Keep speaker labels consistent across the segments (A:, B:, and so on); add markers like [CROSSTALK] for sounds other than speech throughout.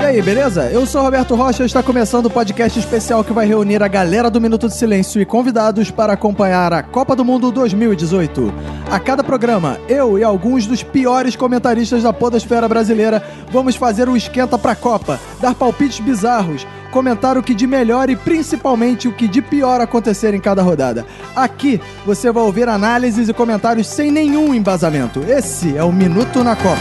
A: E aí, beleza? Eu sou Roberto Rocha e está começando o podcast especial que vai reunir a galera do Minuto de Silêncio e convidados para acompanhar a Copa do Mundo 2018. A cada programa, eu e alguns dos piores comentaristas da podosfera brasileira vamos fazer um esquenta pra Copa, dar palpites bizarros, comentar o que de melhor e principalmente o que de pior acontecer em cada rodada. Aqui você vai ouvir análises e comentários sem nenhum embasamento. Esse é o Minuto na Copa.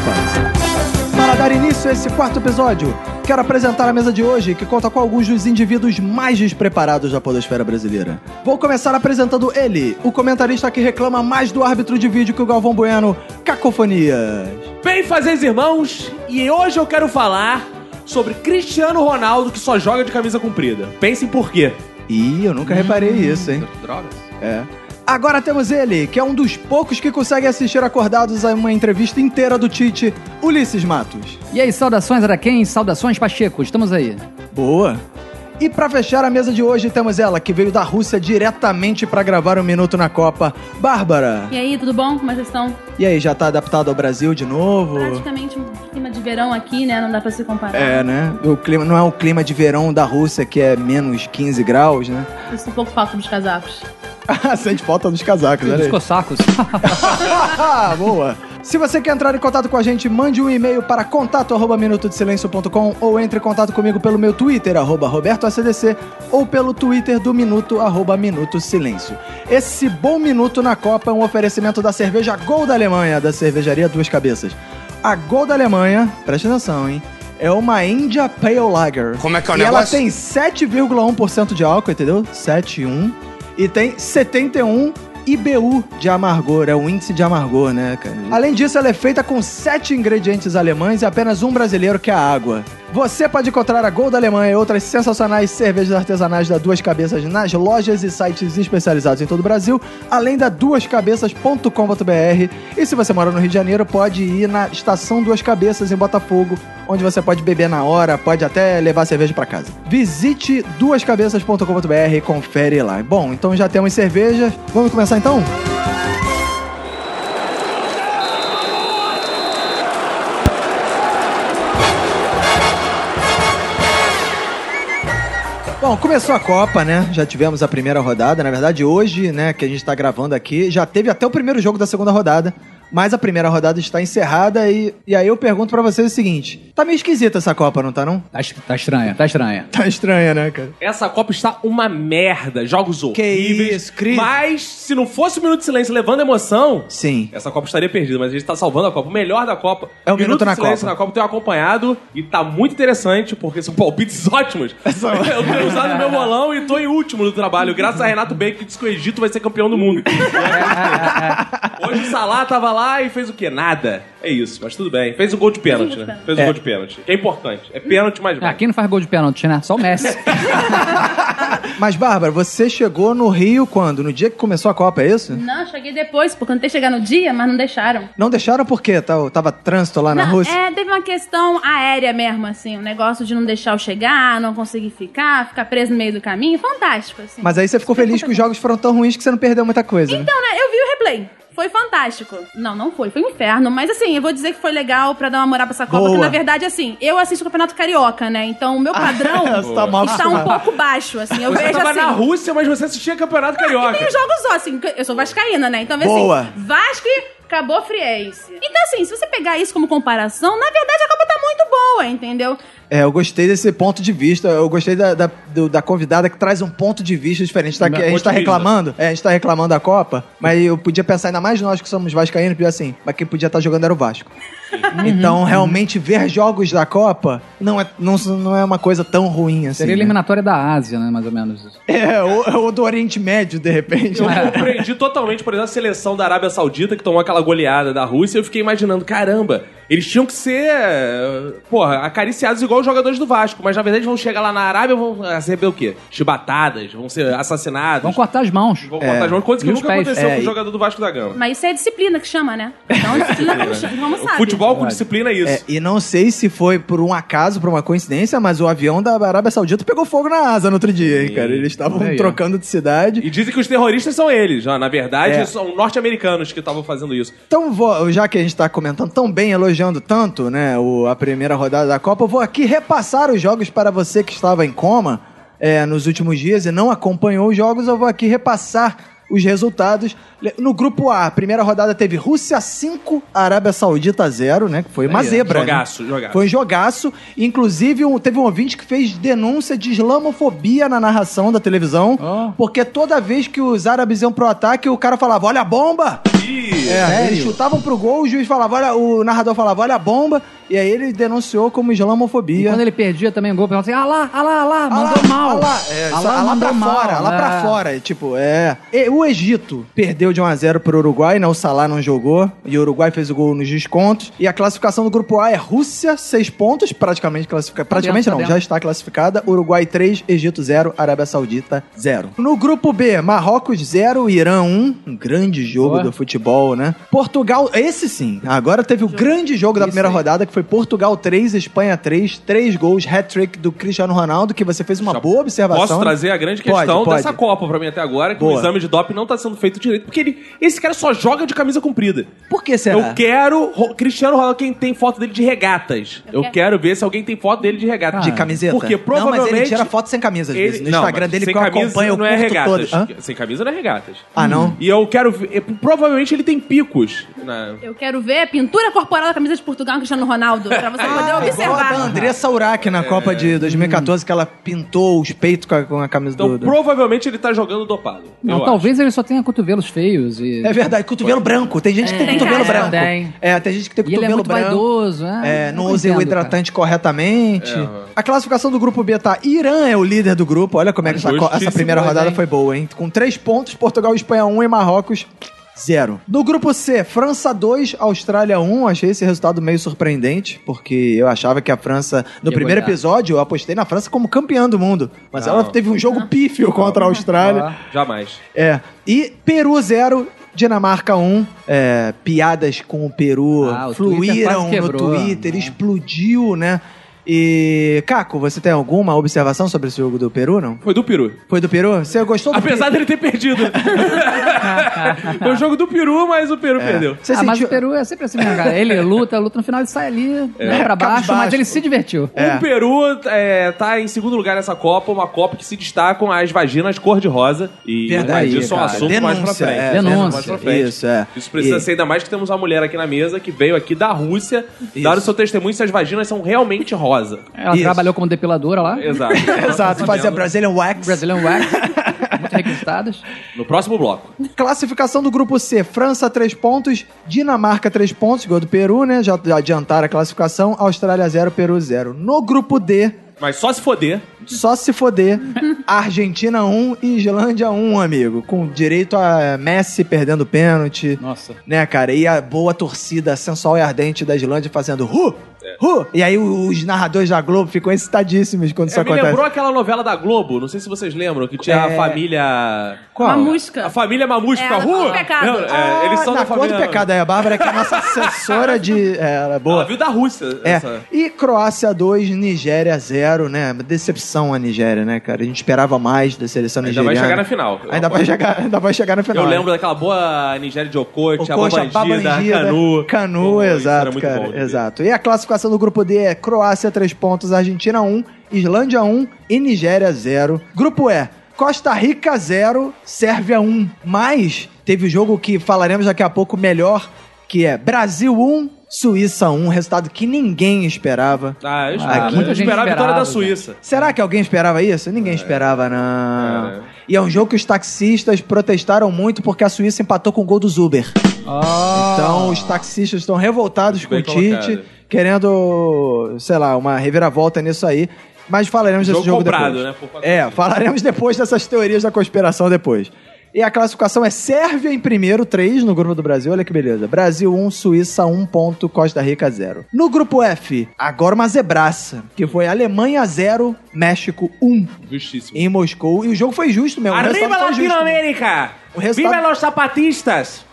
A: Para dar início a esse quarto episódio, quero apresentar a mesa de hoje, que conta com alguns dos indivíduos mais despreparados da podosfera brasileira. Vou começar apresentando ele, o comentarista que reclama mais do árbitro de vídeo que o Galvão Bueno, Cacofonias.
B: Bem fazeres irmãos, e hoje eu quero falar sobre Cristiano Ronaldo que só joga de camisa comprida. Pensem por quê.
A: Ih, eu nunca reparei isso, hein?
C: Drogas?
A: É. Agora temos ele, que é um dos poucos que consegue assistir acordados a uma entrevista inteira do Tite, Ulisses Matos.
C: E aí, saudações Araquém, saudações Pacheco, estamos aí.
A: Boa. E pra fechar a mesa de hoje, temos ela, que veio da Rússia diretamente pra gravar um minuto na Copa, Bárbara.
D: E aí, tudo bom? Como é que vocês estão?
A: E aí, já tá adaptado ao Brasil de novo?
D: Praticamente um clima de verão aqui, né? Não dá pra se comparar.
A: É, né? O clima não é o clima de verão da Rússia que é menos 15 graus, né?
D: Eu sinto um pouco falta dos casacos.
A: [LAUGHS] Sente falta dos casacos, olha
C: Dos
A: aí.
C: cossacos.
A: Ah, [LAUGHS] Boa! Se você quer entrar em contato com a gente, mande um e-mail para contato@minutodesilencio.com ou entre em contato comigo pelo meu Twitter, arroba robertoacdc, ou pelo Twitter do Minuto, arroba Minuto Silêncio. Esse bom minuto na Copa é um oferecimento da cerveja Gol da Alemanha, da cervejaria Duas Cabeças. A Gol da Alemanha, preste atenção, hein? É uma India Pale Lager.
E: Como é que é o
A: e ela
E: negócio?
A: tem 7,1% de álcool, entendeu? 7,1%. E um tem 71 IBU de amargor, é o índice de amargor, né, cara? Além disso, ela é feita com sete ingredientes alemães e apenas um brasileiro, que é a água. Você pode encontrar a Gol da Alemanha e outras sensacionais cervejas artesanais da Duas Cabeças nas lojas e sites especializados em todo o Brasil, além da duascabeças.com.br. E se você mora no Rio de Janeiro, pode ir na Estação Duas Cabeças, em Botafogo, onde você pode beber na hora, pode até levar cerveja pra casa. Visite duascabeças.com.br e confere lá. Bom, então já temos cerveja. Vamos começar então? Bom, começou a Copa, né? Já tivemos a primeira rodada. Na verdade, hoje, né, que a gente tá gravando aqui, já teve até o primeiro jogo da segunda rodada. Mas a primeira rodada está encerrada e, e aí eu pergunto pra vocês o seguinte: tá meio esquisita essa Copa, não tá não?
C: [LAUGHS] Tá, es- tá estranha, tá estranha.
A: Tá estranha, né, cara?
B: Essa Copa está uma merda. Jogos horríveis.
A: isso, Cris?
B: Mas se não fosse o Minuto de Silêncio levando emoção,
A: Sim.
B: essa Copa estaria perdida. Mas a gente tá salvando a Copa. O melhor da Copa.
A: É o Minuto
B: de
A: na
B: Silêncio
A: Copa.
B: na Copa eu tenho acompanhado e tá muito interessante porque são palpites [LAUGHS] ótimos.
A: É
B: eu tenho usado meu bolão e tô em último no trabalho, graças a Renato Bacon que disse que o Egito vai ser campeão
A: [LAUGHS]
B: do mundo. Hoje o Salah tava lá e fez o quê? Nada. É isso, mas tudo bem. Fez o gol de pênalti,
D: Fez
B: né?
D: o gol de pênalti.
B: Fez o gol de pênalti. Que é importante. É pênalti mais
C: Ah,
B: vale.
C: quem não faz gol de pênalti, né? Só
A: [LAUGHS]
C: o Messi.
A: Mas, Bárbara, você chegou no Rio quando? No dia que começou a Copa, é isso?
D: Não, eu cheguei depois, porque eu tentei chegar no dia, mas não deixaram.
A: Não deixaram por quê? Tava, tava trânsito lá Tá na
D: Não,
A: Rússia?
D: É, teve uma questão aérea mesmo, assim. O negócio de não deixar eu chegar, não conseguir ficar, ficar preso no meio do caminho. Fantástico, assim.
A: Mas aí você ficou feliz que os jogos foram tão ruins que você não perdeu muita coisa, né?
D: Então, né, eu vi o replay. Foi fantástico. Não, não foi. Foi um inferno. Mas assim, eu vou dizer que foi legal pra dar uma moral pra essa Copa.
A: Boa.
D: Porque, na verdade, assim, eu assisto o Campeonato Carioca, né? Então, o
A: [LAUGHS]
D: meu padrão
A: Você tá mal
D: está um
A: acostumado.
D: pouco baixo, assim. Eu
B: Você
D: vejo
B: tava
D: assim...
B: na Rússia, mas você assistia Campeonato Carioca.
D: Tem jogos só, assim, que eu sou vascaína, né? Então, vê
A: Boa.
D: assim, Vasco e acabou Friense. Então, assim, se você pegar isso como comparação, na verdade a Copa tá muito boa, entendeu?
A: É, eu gostei desse ponto de vista. Eu gostei da, da, do- da convidada que traz um ponto de vista diferente. Tá, que a gente tá
B: Otimista.
A: reclamando. É, a gente tá reclamando da Copa, mas eu podia pensar, ainda mais nós que somos vascaínos, podia assim, mas quem podia estar jogando era o Vasco.
C: Uhum.
A: então, realmente, ver jogos da Copa não é, não, não é uma coisa tão ruim assim.
C: Seria
A: né?
C: eliminatória da Ásia, né? Mais ou menos isso.
A: É, ou, ou do Oriente Médio, de repente. [LAUGHS] né?
B: Eu
C: É.
B: compreendi totalmente, por exemplo, a seleção da Arábia Saudita que tomou aquela goleada da Rússia. Eu fiquei imaginando, caramba, eles tinham que ser, eh, porra, acariciados igual igual os jogadores do Vasco, mas na verdade vão chegar lá na Arábia e vão receber o quê? Chibatadas, vão ser assassinados.
C: Vão cortar as mãos.
B: Vão cortar as mãos, coisa que
C: E os
B: nunca
C: pés.
B: aconteceu
A: É,
B: com o
A: e-
B: jogador do Vasco da Gama.
D: Mas isso é disciplina que chama, né? Então, disciplina como chama, vamos
B: né? O
D: sabe.
B: futebol com disciplina é isso.
A: É, e não sei se foi por um acaso, por uma coincidência, mas o avião da Arábia Saudita pegou fogo na asa no outro dia, hein, cara? Eles estavam
C: Olha aí, ó.
A: trocando de cidade.
B: E dizem que os terroristas são eles, ó. na verdade,
A: É.
B: são norte-americanos que estavam fazendo isso.
A: Então, vou- já que a gente tá comentando tão bem, elogiando tanto, né, o- a primeira rodada da Copa, eu vou aqui repassar os jogos para você que estava em coma é, nos últimos dias e não acompanhou os jogos, eu vou aqui repassar os resultados. Le- No grupo A, a primeira rodada teve Rússia 5, Arábia Saudita 0, né, que foi uma
C: Aí, ó,
A: zebra. né?
B: Jogaço, jogaço.
A: Foi um jogaço. Inclusive, um- teve um ouvinte que fez denúncia de islamofobia na narração da televisão,
C: Ó.
A: porque toda vez que os árabes iam pro ataque, o cara falava, olha a bomba!
B: Ih,
A: É,
C: Sério?
A: eles chutavam pro gol, o juiz falava, olha, o narrador falava, olha a bomba, e aí ele denunciou como
C: E
A: islamofobia.
C: quando ele perdia também o gol, ele falava assim: ah lá, ah lá, ah lá,
A: Ah lá,
C: mandou mal.
A: ah lá, é,
C: Ah
A: só- ah lá
C: mandou
A: pra
C: mal,
A: fora, ah lá pra
C: é.
A: fora, é, tipo, é. E o Egito perdeu de 1x0 pro Uruguai, né, o Salah não jogou, e o Uruguai fez o gol nos descontos, e a classificação do grupo A é Rússia, 6 pontos, praticamente classificada, praticamente
C: dentro, tá
A: não,
C: dentro.
A: já está classificada, Uruguai 3, Egito 0, Arábia Saudita 0. No grupo B, Marrocos 0, Irã 1, um grande jogo
C: Boa.
A: do futebol, né? Portugal, esse sim, agora teve o grande jogo da
C: Isso
A: primeira
C: aí.
A: rodada, que foi Portugal 3, Espanha 3, 3 gols, hat-trick do Cristiano Ronaldo, que você fez uma
B: Já
A: boa observação.
B: Posso trazer a grande
A: Pode,
B: questão
A: pode.
B: dessa Copa pra mim até agora, que
A: Boa.
B: o exame de doping não tá sendo feito direito, porque ele, esse cara só joga de camisa comprida.
A: Por que será?
B: Eu quero Ro- Cristiano Ronaldo, quem tem foto dele de regatas.
D: Eu
B: Eu,
D: quero-
B: quero ver se alguém tem foto dele de regata.
A: Ah, De camiseta?
B: Porque
A: Não,
B: provavelmente...
A: mas ele tira foto sem camisa, às
B: Ele-
A: vezes. No
B: não,
A: Instagram
B: mas
A: dele,
B: sem
A: que eu
B: camisa
A: acompanho, eu
B: não é
A: curto
B: regatas.
A: todas. Hã?
B: Sem camisa não é regatas.
A: Ah, não?
B: E eu quero ver... é, Provavelmente ele tem picos. na-
D: Eu quero ver a pintura corporal da camisa de Portugal, Cristiano Ronaldo, pra você poder
A: Ah, igual a
D: observar.
A: da Andressa Urac na Copa de 2014, que ela pintou os peitos com a, com a camisa
B: Então
A: do... do-
B: provavelmente ele tá jogando dopado.
C: Não,
B: eu acho.
C: talvez ele só tenha cotovelos feios. E,
A: É verdade, cotovelo branco. Tem gente que tem
D: Tem
A: cotovelo
D: cara.
A: branco.
C: É. Tem.
A: É, tem gente que tem
C: e ele é
A: cotovelo
C: muito
A: branco.
C: vaidoso. né?
A: É,
C: Eu
A: não usa o
C: entendo,
A: hidratante corretamente.
B: É,
A: A classificação do grupo B tá. Irã é o líder do grupo. Olha como é que essa, co- essa
B: Justíssimo,
A: primeira
C: mas,
A: rodada
C: hein?
A: foi boa, hein? Com três pontos, Portugal e Espanha 1 e Marrocos 0. No grupo C, França 2, Austrália 1. Achei esse resultado meio surpreendente, porque eu achava que a França. No
C: Ia
A: primeiro
C: golear.
A: episódio, eu apostei na França como campeã do mundo. Mas
B: Não.
A: ela teve um jogo pífio contra a Austrália.
C: Cara.
B: Jamais.
A: É. E Peru 0, Dinamarca 1. Um, É, piadas com o Peru
C: Ah, o Twitter
A: fluíram
C: quase quebrou,
A: no Twitter,
C: né?
A: explodiu, né? E, Caco, você tem alguma observação sobre esse jogo do Peru, não?
B: Foi do peru.
A: Foi do Peru? Você gostou do
B: [LAUGHS] Apesar dele ter
C: [LAUGHS]
B: perdido. Foi o jogo do peru, mas o peru perdeu.
A: Você
C: ah, mas
A: sentiu...
C: o Peru é sempre assim mesmo, cara. Ele luta, luta, no final ele sai ali, né, pra baixo,
A: Cabisbaixo.
C: mas ele se divertiu.
A: É.
B: O Um Peru é, tá em segundo lugar nessa Copa, uma Copa que se destacam as vaginas cor-de-rosa. E
A: Verdade,
B: mas isso é um
C: cara.
B: assunto mais pra frente. um
A: é,
C: Denúncia,
B: mais pra frente.
A: Isso, é.
B: Isso precisa
A: E-
B: ser ainda mais que temos uma mulher aqui na mesa que veio aqui da Rússia dar o seu testemunho se as vaginas são realmente rosa.
C: Ela
A: Isso.
C: trabalhou como depiladora
B: [LAUGHS]
C: lá,
B: Exato.
A: Exato, fazer a Brazilian Wax.
C: Brazilian Wax, muito
A: [LAUGHS]
C: requisitadas.
B: No próximo bloco.
A: Classificação do grupo C: França, 3 pontos, Dinamarca, 3 pontos, gol do Peru, né? Já, já adiantaram a classificação. Austrália, 0, Peru, 0. No grupo D,
B: Mas só se foder.
A: Só se
B: [LAUGHS]
A: foder. Argentina 1 e Islândia 1, amigo. Com direito a Messi perdendo pênalti.
C: Nossa.
A: Né, cara? E a boa torcida sensual e ardente da Islândia fazendo hu!
B: É.
A: Hu! E aí os narradores da Globo ficam excitadíssimos quando isso
B: É, me
A: acontece.
B: lembrou aquela novela da Globo, não sei se vocês lembram, que tinha
A: É.
B: a família.
A: Qual?
D: Mamusca.
B: A família Mamusca.
D: É, na Cor do
B: Rua?
D: Pecado.
B: Não, é,
A: Ah,
B: eles são
A: na
B: da
A: cor
B: família.
A: do pecado aí, a Bárbara, que é a
B: [LAUGHS]
A: nossa assessora de. É, ela é boa.
B: Ela viu da Rússia.
A: É.
B: essa-
A: E Croácia 2, Nigéria 0, né? Decepção a Nigéria, né, cara? A gente esperava mais da seleção
B: Ainda
A: nigeriana.
B: vai chegar na final.
A: Ainda vai chegar, ainda vai chegar na final.
B: Eu lembro daquela boa Nigéria de Ocote, a
A: Ococha,
B: Babangida,
A: Babangida,
B: Canu.
A: né? Canu,
B: Pô, isso era
A: exato,
B: muito
A: cara.
B: bom de ver.
A: exato. E a classificação do grupo D é Croácia 3 pontos, Argentina 1, Islândia 1 e Nigéria 0. Grupo E, Costa Rica 0, Sérvia 1. Mas teve o jogo que falaremos daqui a pouco melhor, que é Brasil 1, Suíça 1. Resultado que ninguém esperava.
B: Ah, eu,
C: Ah,
B: esperava,
C: muita
B: eu
C: gente
B: esperava a vitória
C: esperava,
B: da Suíça.
A: Será que alguém esperava isso? Ninguém esperava, não.
B: É.
A: E é um jogo que os taxistas protestaram muito porque a Suíça empatou com o gol dos Uber. Então os taxistas estão revoltados com o
B: Muito bem
A: Tite,
B: colocado.
A: querendo, sei lá, uma reviravolta nisso aí. Mas é falaremos desse
B: Jogo
A: jogo
B: comprado,
A: depois.
B: né, por patrocínio.
A: É, falaremos depois dessas teorias da conspiração depois. E a classificação é Sérvia em primeiro, 3 no grupo do Brasil. Olha que beleza. Brasil 1, Suíça 1 ponto, Costa Rica 0. No grupo F, agora uma zebraça, que foi Alemanha 0, México 1
B: Justíssimo.
A: em Moscou. E o jogo foi justo mesmo. o
E: Arriba
A: resultado foi justo.
E: Latinoamérica!
A: O resultado-
E: Viva los
A: [LAUGHS]
E: zapatistas!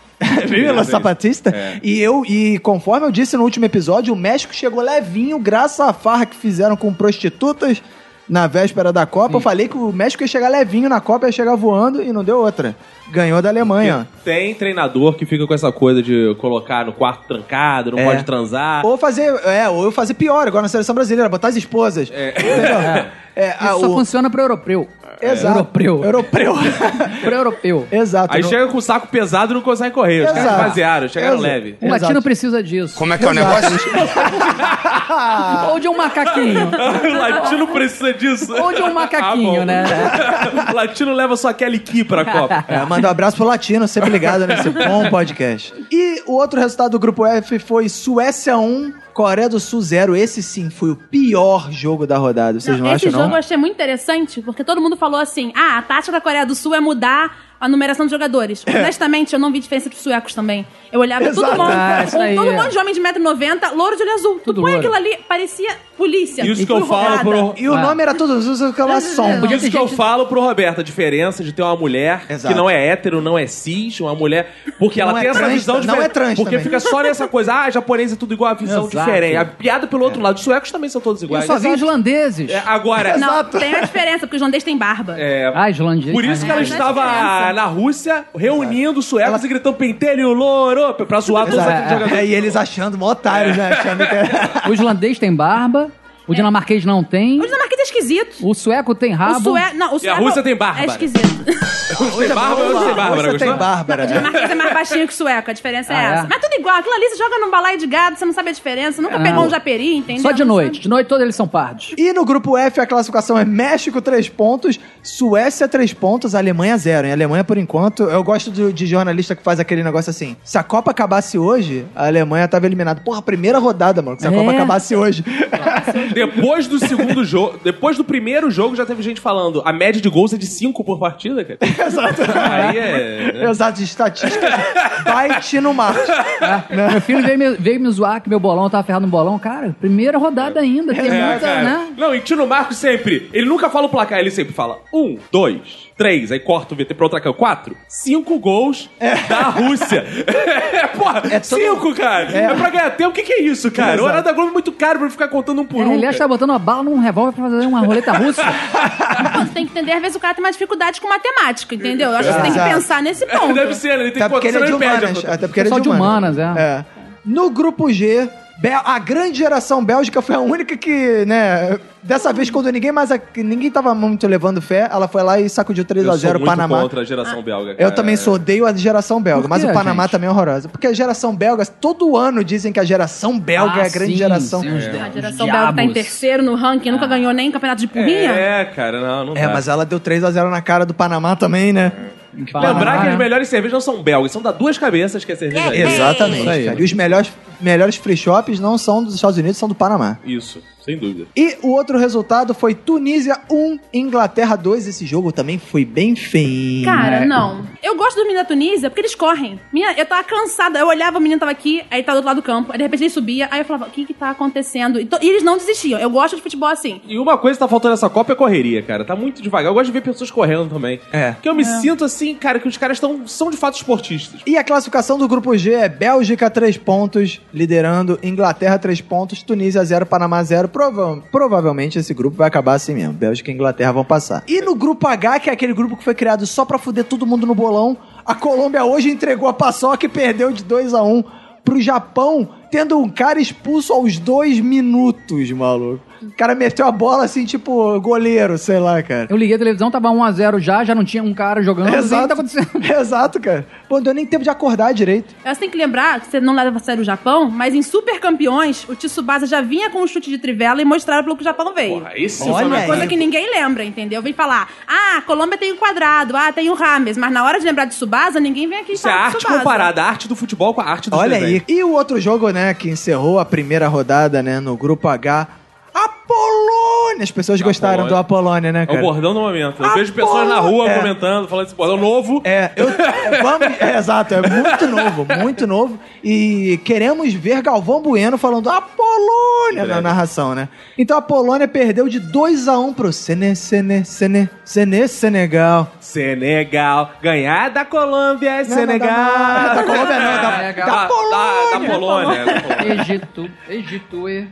A: Viu, Los Zapatista?
B: É.
A: E eu, e conforme eu disse no último episódio, o México chegou levinho, graças à farra que fizeram com prostitutas na véspera da
B: Hum.
A: Copa. Eu falei que o México ia chegar levinho na Copa, ia chegar voando e não deu outra. Ganhou da Alemanha.
B: Tem treinador que fica com essa coisa de colocar no quarto trancado, não
A: É.
B: pode transar.
A: Ou fazer, é, ou eu fazer pior, agora na seleção brasileira, botar as esposas. Entendeu? É, a-
C: Isso só
A: o- É,
C: funciona pro europeu.
A: Exato. É,
C: Europeu.
A: Europeu. [LAUGHS]
C: Pro europeu.
A: Exato.
B: Aí
A: não-
B: chega com o saco pesado e não consegue correr. Os caras
A: Exato.
B: basearam, chegaram
A: Exato.
B: leve. [LAUGHS]
C: O
A: Exato.
C: latino precisa disso.
F: Como é que é o
A: Exato.
F: negócio?
A: Ah!
B: é?
C: Ou de
B: [LAUGHS]
C: um macaquinho.
B: o latino precisa disso.
C: Ou de um macaquinho,
B: Ah, bom.
C: né?
B: o [LAUGHS] latino leva só aquele Ki pra Copa.
A: É, manda um abraço pro Latino, sempre ligado nesse bom podcast. E o outro resultado do grupo F foi Suécia 1, Coreia do Sul 0. Esse sim foi o pior jogo da rodada. Vocês não,
D: Não, esse
A: acham,
D: jogo
A: não?
D: eu achei muito interessante, porque todo mundo falou assim: ah, a tática da Coreia do Sul é mudar a numeração
C: [LAUGHS]
D: de jogadores. Honestamente, eu não vi diferença pros suecos também. Eu olhava todo
A: Exato.
D: mundo,
C: Ah, isso
D: um,
C: daí
D: todo
C: é.
D: monte de homem de 1,90m, louro de olho azul.
C: Tudo
D: tu põe
C: louro.
D: aquilo ali, parecia polícia.
B: Isso
D: E
B: que eu
D: fui
B: falo
D: roubada.
B: pro.
A: E o
C: Ah.
A: nome era todo Zuzu Som.
C: Podia
B: Isso
C: ter
B: que eu
C: gente-
B: falo pro Roberto, a diferença de ter uma mulher
A: Exato.
B: que não é hétero, não é cis, uma mulher. Porque ela
A: Não
B: tem
A: é
B: essa
A: trans,
B: visão de.
A: não é trans
B: Porque
A: também.
B: fica só nessa coisa, ah, japonês é tudo igual, a visão
C: Exato.
B: diferente. A piada pelo
A: É.
B: outro lado, os suecos também são todos
C: Eu
B: iguais. Então,
C: só vi islandeses.
B: É, agora,
D: Não, tem a diferença, porque os holandês têm barba.
B: é,
C: Ah, islandeses.
B: Por isso que ela
D: Mas não é
B: estava
D: diferença.
B: na Rússia reunindo os suecos e gritando pentelho, louro, pra zoar todos
A: Exato.
B: aqueles jogadores.
A: É, e eles achando, mó otários, né? Achando que era...
C: O islandês tem barba,
A: É.
C: o dinamarquês não tem,
D: Os dinamarqueses é esquisito.
C: o sueco tem
D: O
C: rabo.
D: sué... não, o sueco
B: Rússia tem barba. né?
D: É esquisito.
B: Você tem Bárbara ou você Bárbara?
A: Você tem
B: Gostou?
A: Bárbara. né?
D: O dinamarquês é mais baixinho que o sueco, a diferença é
C: Ah, é?
D: essa. Mas tudo igual, aquilo ali você joga num balaio de gado, você não sabe a diferença, nunca
C: Não.
D: pegou um japeri, entendeu?
C: Ah. Só de
D: Não
C: noite. De noite todos eles são pardos.
A: E no grupo F a classificação é México 3 pontos, Suécia 3 pontos, Alemanha 0. Em Alemanha, por enquanto, eu gosto do- de jornalista que faz aquele negócio assim: se a Copa acabasse hoje, a Alemanha tava eliminada. Porra, primeira rodada, mano, se a
C: É.
A: Copa acabasse hoje.
B: Depois do segundo jogo, depois do primeiro jogo, já teve gente falando, a média de gols é de 5 por partida, cara. Exato. Aí é...
A: Exato, de estatística. Bite no mar.
C: Meu filho veio me, veio me zoar que meu bolão eu tava ferrado no bolão. Cara, primeira rodada ainda. Tem
B: É,
C: muita,
B: cara.
C: né?
B: Não, e Tino Marco sempre. Ele nunca fala o placar, ele sempre fala um, dois, três, aí corta o VT pra outra câmera. Quatro, cinco gols da Rússia. [LAUGHS] É, porra,
A: todo-
B: cinco, cara. É. pra ganhar tempo. O que, que é isso, cara? O horário da Globo é muito caro pra eu ficar contando um por
C: É,
B: um.
C: ele
B: cara.
C: acha que tá botando uma bala num revólver pra fazer uma roleta russa.
D: Você tem que entender, às vezes o cara tem mais dificuldade com matemática, entendeu? Eu acho que você tem que
A: Exato.
D: pensar nesse ponto.
B: [LAUGHS] É, Deve ser, né? ele tem
A: Até
B: que
A: porque ele é de
B: senão ele perde a
A: humanas.
B: conta.
A: Até porque ele é
C: Só
A: de
C: de
A: humanas.
C: humanas,
A: é. No grupo G, Bel- a grande geração bélgica foi a única que, né? Dessa vez, quando ninguém mais ac- ninguém tava muito levando fé, ela foi lá e sacudiu
B: Eu sou
A: 3x0 o
B: muito
A: é Panamá.
B: contra a geração belga.
A: Eu
B: cara.
A: também sou, odeio a geração belga,
C: Por
A: mas
C: quê,
A: o Panamá
C: gente?
A: também é horrorosa. Porque a geração belga, todo ano dizem que a geração belga é a
C: Ah,
A: grande
C: sim,
A: geração.
C: sim, os
D: A
C: de-
D: geração
C: os
D: belga tá em
C: diabos.
D: terceiro no ranking, nunca ganhou nem campeonato de porrinha.
B: Ah. É, cara, não, não
A: É,
B: dá.
A: mas ela deu 3x0 na cara do Panamá também, né?
C: Em Panamá,
B: Lembrar que
A: é.
C: né?
B: as melhores cervejas não são belgas, são da duas cabeças que é a cerveja.
A: Exatamente.
C: Isso aí.
A: cara. E os melhores, melhores free shops não são dos Estados Unidos, são do Panamá.
B: Isso, sem dúvida.
A: E o outro resultado foi Tunísia 1, Inglaterra 2. Esse jogo também foi bem feio. né?
D: Cara, não. Eu gosto do menino da Tunísia porque eles correm. Minha, eu tava cansada. Eu olhava, o menino tava aqui, aí tava do outro lado do campo. Aí de repente ele subia, aí eu falava, o que que tá acontecendo? E, to- e eles não desistiam. Eu gosto de futebol assim.
B: E uma coisa que tá faltando nessa Copa é correria, cara. Tá muito devagar. Eu gosto de ver pessoas correndo também.
A: É.
B: Porque eu me sinto assim, cara, que os caras tão, são de fato esportistas.
A: E a classificação do grupo G é Bélgica 3 pontos, liderando, Inglaterra 3 pontos, Tunísia 0, Panamá 0. provavelmente esse grupo vai acabar assim mesmo. Bélgica e Inglaterra vão passar. E no grupo H, que é aquele grupo que foi criado só pra fuder todo mundo no bolão, a Colômbia hoje entregou a paçoca e perdeu de 2 a 1 pro Japão, tendo um cara expulso aos dois minutos, maluco. O cara meteu a bola assim, tipo goleiro, sei lá, cara.
C: Eu liguei a televisão, tava 1x0 já, já não tinha um cara jogando. não sei o que tá
A: Exato, [LAUGHS]
C: acontecendo.
A: exato, cara. Pô, não deu nem tempo de acordar direito.
D: Você tem que lembrar que você não leva a sério o Japão, mas em Super Campeões, o Tsubasa já vinha com um chute de trivela e mostraram pelo que o Japão veio.
B: Porra, esse
A: Olha
B: é uma
A: aí.
D: Coisa que ninguém lembra, entendeu? Vem falar, ah, a Colômbia tem o quadrado, ah, tem o Rames, mas na hora de lembrar de Subasa, ninguém vem aqui
B: Isso é
D: falar de
B: arte
D: Tsubasa.
B: comparada, a arte do futebol com a arte do
A: Tá Olha aí. E o outro jogo, né, que encerrou a primeira rodada, né, no grupo H. A Polônia. As pessoas gostaram
B: Polônia.
A: do Apolônia, né,
B: É o
A: cara?
B: bordão do momento. Eu
A: Ah,
B: vejo pessoas na
A: porra!
B: rua
A: É.
B: comentando, falando assim, esse bordão novo.
A: É, eu, é, vamos, é, exato, é muito novo, muito novo. E queremos ver Galvão Bueno falando a Polônia na narração, né? Então a Polônia perdeu de 2 a 1 pro Sene, Sene, Sene, Sene, Senegal.
E: Senegal. Ganhar da
B: é
E: Colômbia,
A: Da,
E: Senegal.
A: da Colômbia não, da,
C: Senegal.
A: da Polônia.
B: Da, né? da Polônia. da Polônia.
C: Egito, Egito, e.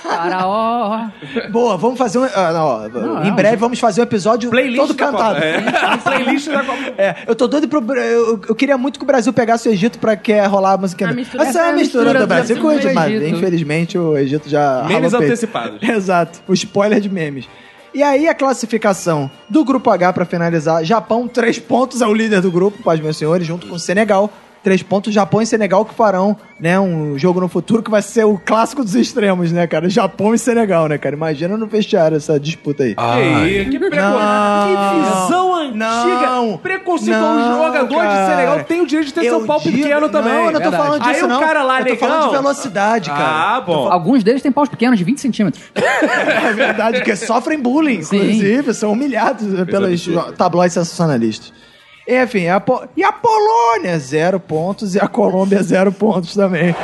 C: Faraó.
A: Boa, vamos fazer um. ah, não, ó,
C: Não,
A: em
C: não,
A: breve vamos fazer um episódio
B: Playlist
A: todo
B: da
A: cantado. [LAUGHS]
B: Copa. É. Playlist da Copa.
A: É, eu tô doido pro. Bra- Eu, eu queria muito que o Brasil pegasse o Egito pra que é rolar a música.
D: A
A: do-
D: mistura-
A: Essa é a mistura do Brasil com o Egito. Mas,
C: Egito.
A: infelizmente, o Egito já.
B: Memes
A: ralou o peito. [LAUGHS]
B: antecipados.
A: Exato. O spoiler de memes. E aí, a classificação do grupo H pra finalizar: Japão, três pontos é o líder do grupo, paz, meus senhores, junto com o Senegal. Três pontos, Japão e Senegal que farão, né? Um jogo no futuro que vai ser o clássico dos extremos, né, cara? Japão e Senegal, né, cara? Imagina no vestiário essa disputa aí.
B: Que, que
A: Não.
B: preconceito. Que visão antiga.
A: Ah, Não.
B: Preconceito
A: Não,
B: ao jogador
A: cara.
B: de Senegal. Tem o direito de ter seu pau
A: digo-
B: pequeno também.
A: Não, eu não tô
C: Verdade.
A: falando disso,
B: Aí o
A: não.
B: cara lá,
A: eu tô
B: negão.
A: falando de velocidade, cara.
B: Ah, bom.
C: Alguns deles têm paus pequenos de 20 centímetros.
A: É verdade, porque sofrem bullying,
C: Sim.
A: inclusive. São humilhados né, pelos
B: absurda.
A: tabloides sensacionalistas. Enfim, a Po- e a Polônia, zero pontos, e a Colômbia, zero pontos também.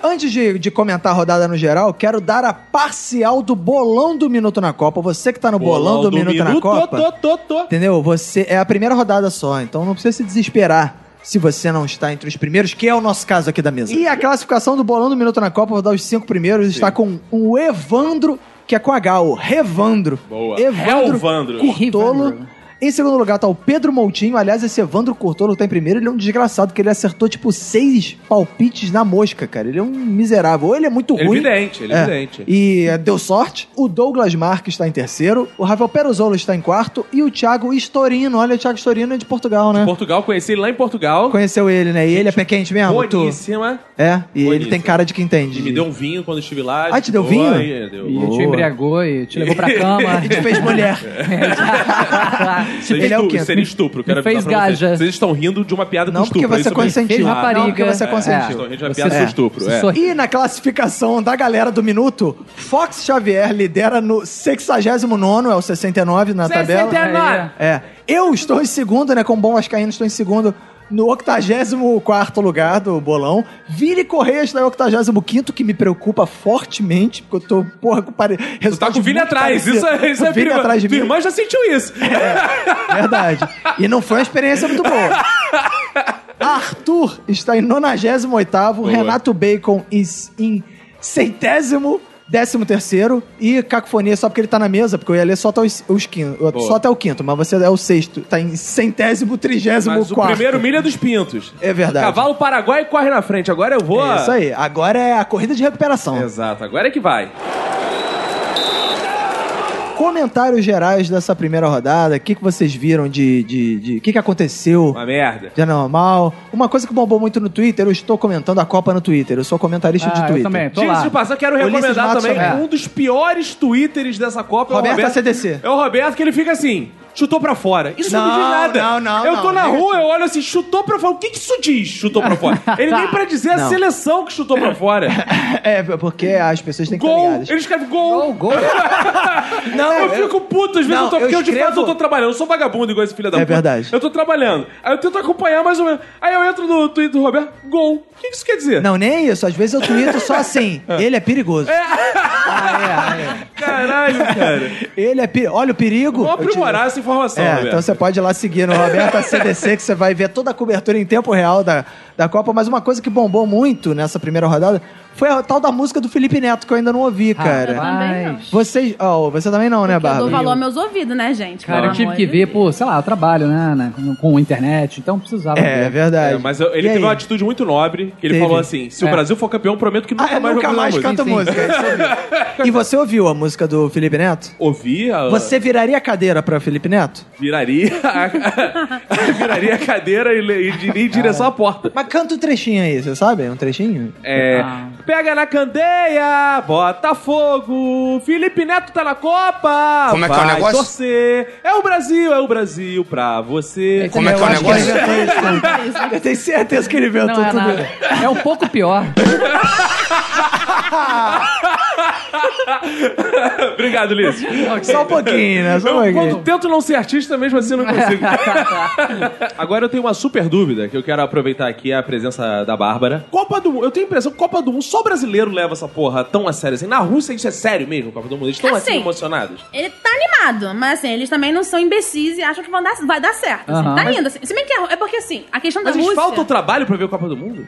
A: Antes de, de comentar a rodada no geral, quero dar a parcial do bolão do Minuto na Copa. Você que tá no bolão, do, Minuto, na Copa.
B: Tô, tô, tô.
A: Entendeu? Você é a primeira rodada só, então não precisa se desesperar se você não está entre os primeiros, que é o nosso caso aqui da mesa. E a classificação do bolão do Minuto na Copa, vou dar os cinco primeiros, está com o Evandro, que é com H, o Revandro.
B: Boa.
A: Evandro
B: Helvandro.
A: Curtolo.
C: Revandro.
A: Em segundo lugar tá o Pedro Moutinho. Aliás, esse Evandro Curtolo tá em primeiro. Ele é um desgraçado, que ele acertou, tipo, seis palpites na mosca, cara. Ele é um miserável. Ou ele é muito
B: Ele é
A: ruim.
B: vidente, ele é vidente.
A: E eh, deu sorte. O Douglas Marques está em terceiro. O Rafael Peruzolo está em quarto. E o Thiago Storino. Olha, o Thiago Storino é de Portugal, né?
B: Portugal, conheci ele lá em Portugal.
A: Conheceu ele, né? E ele é pé quente mesmo? tu?
B: Boníssima.
A: É, e ele
B: Boníssimo.
A: tem cara de que entende.
B: E me deu um vinho quando estive lá.
A: Ah, te deu
B: Boa,
A: vinho?
B: aí, deu.
C: E
A: Boa.
C: te embriagou e te levou pra cama.
A: E te fez
B: [LAUGHS] É.
A: mulher.
B: Isso
A: Ele é o quê?
B: Seria estupro, quero
C: Me fez
B: avisar pra vocês.
C: gaja.
B: Vocês estão rindo de uma piada
A: Não,
B: com estupro.
A: porque você
B: isso é mesmo.
A: consentiu.
C: [LAUGHS] Fez
A: Não,
C: rapariga. É.
A: porque você consentiu.
B: Então, a gente vai piada com estupro,
C: você
B: é.
C: sorri-
A: E na classificação da galera do minuto, Fox Xavier lidera no 69, é o 69 na tabela.
C: Aí,
A: É. Eu estou em segundo, né? Como bom vascaíno, estou em segundo no 84 lugar do bolão. Vini Correia está em 85, que me preocupa fortemente, porque eu tô, porra, com pare...
B: Tu tá com o Vini atrás, isso é, isso é
A: Vini
B: perigo.
A: atrás de
B: Tua
A: mim. É,
B: irmã já sentiu isso.
A: Verdade. E não foi uma experiência muito boa. Arthur está em 98, Renato Bacon em, em centésimo. Décimo terceiro e cacofonia só porque ele tá na mesa, porque eu ia ler só até, os, os quin-
B: Boa.
A: só até o quinto, mas você é o sexto. Tá em centésimo, trigésimo,
B: Mas o
A: quarto.
B: primeiro milha dos pintos.
A: um É verdade.
B: Cavalo paraguai corre na frente. Agora eu vou.
A: É isso aí. Agora é a corrida de recuperação.
B: Exato, agora é que vai.
A: Comentários gerais dessa primeira rodada. O que, que vocês viram de... O de, de, o que, que aconteceu?
B: Uma merda.
A: Já normal. Uma coisa que bombou muito no Twitter, eu estou comentando a Copa no Twitter. Eu sou comentarista de
C: Ah, eu
A: Twitter.
C: também. Tô
B: Diga-se
C: lá.
B: de passar, quero
A: Ulisses
B: recomendar
A: Matos
B: também
A: também.
B: um dos piores twitters dessa Copa.
A: Roberto
B: é o Roberto
A: ACDC.
B: É o Roberto que ele fica assim, chutou pra fora. Isso não,
A: Não,
B: me diz nada.
A: não, não,
B: Eu
A: não,
B: tô na
A: diga
B: rua, eu olho assim, chutou pra fora. O que que isso diz, chutou
A: [LAUGHS]
B: pra fora? Ele nem pra dizer
A: Não.
B: a seleção que chutou
A: [LAUGHS]
B: pra fora.
A: É, porque as pessoas têm que estar
B: Gol!
A: ligadas. É,
B: Ele escreve gol!
C: Gol, gol.
A: Não,
B: eu, fico puto, às vezes
A: Não,
B: eu tô. Porque
A: eu
B: eu, de
A: escrevo-
B: fato eu tô trabalhando. Eu sou vagabundo igual esse filho da
A: É
B: puta.
A: verdade.
B: Eu tô trabalhando. Aí eu tento acompanhar mais ou menos. Aí eu entro no Twitter do Roberto, gol. O que que isso quer dizer?
A: Não, nem isso. Às vezes eu twito só assim. Ele é perigoso.
B: Caralho, cara.
A: [LAUGHS] Ele é perigoso. Olha o perigo.
B: Vamos
A: Eu te-
B: aprimorar essa informação,
A: É,
B: Roberto.
A: então você pode ir lá seguir no Roberto CDC, que você vai ver toda a cobertura em tempo real da, da Copa. Mas uma coisa que bombou muito nessa primeira rodada foi a tal da música do Felipe Neto, que eu ainda não ouvi, cara.
D: também não.
A: Vocês. Ó, você também não, né,
D: Ah, é. Porque eu dou
A: Bárbara?
D: valor aos meus ouvidos, né, gente?
C: Cara,
D: Pelo
C: eu tive
D: amor
C: que
D: de
C: ver,
D: Deus.
C: pô, sei lá, eu trabalho, né, né, com, com internet, então precisava
A: É,
C: ver.
A: verdade.
B: É, mas eu- ele
A: E
B: teve
A: aí?
B: uma atitude muito nobre, que ele
A: Teve.
B: falou assim: se
C: É.
B: o Brasil for campeão, prometo que nunca
A: Ah, eu
B: mais
A: nunca
B: vou
A: mais
B: mais
A: canto
C: sim.
A: música. é isso eu vi. [LAUGHS] e você ouviu a música do Felipe Neto?
B: Ouvi a.
A: Você viraria cadeira pra Felipe Neto?
B: Viraria. [LAUGHS] a- viraria a cadeira e, le- e diria em direção à porta.
A: Mas canta um trechinho aí, você sabe? Um trechinho?
B: É.
A: Ah.
B: Pega na candeia, bota fogo. Felipe Neto tá na Copa.
F: Como é que é o
B: vai
F: negócio?
B: Torcer. É o Brasil, é o Brasil pra você.
F: Como é que é
A: Eu
F: o
A: acho que ele
F: negócio?
A: inventou isso. Eu tenho certeza que ele
C: é
A: inventou
C: Não é
A: tudo.
C: nada. É um pouco pior.
B: [LAUGHS] Obrigado, Ulisses.
A: Só um pouquinho, né? Só um
B: Eu, quando
A: pouquinho.
B: tento não ser artista, mesmo
A: [LAUGHS]
B: assim não consigo. Agora eu tenho uma super dúvida que eu quero aproveitar aqui a presença da Bárbara. Copa do Mundo, eu tenho a impressão que Copa do Mundo, só brasileiro leva essa porra tão a sério assim. Na Rússia isso é sério mesmo, Copa do Mundo. Eles estão assim,
D: Assim.
B: emocionados.
D: Ele tá animado, mas assim, eles também não são imbecis e acham que vão dar, vai dar certo. assim.
C: Aham.
D: Tá indo, assim. Se bem que é, é porque assim, a questão
B: Mas
D: da
B: eles
D: Rússia.
B: faltam trabalho pra ver a Copa do Mundo?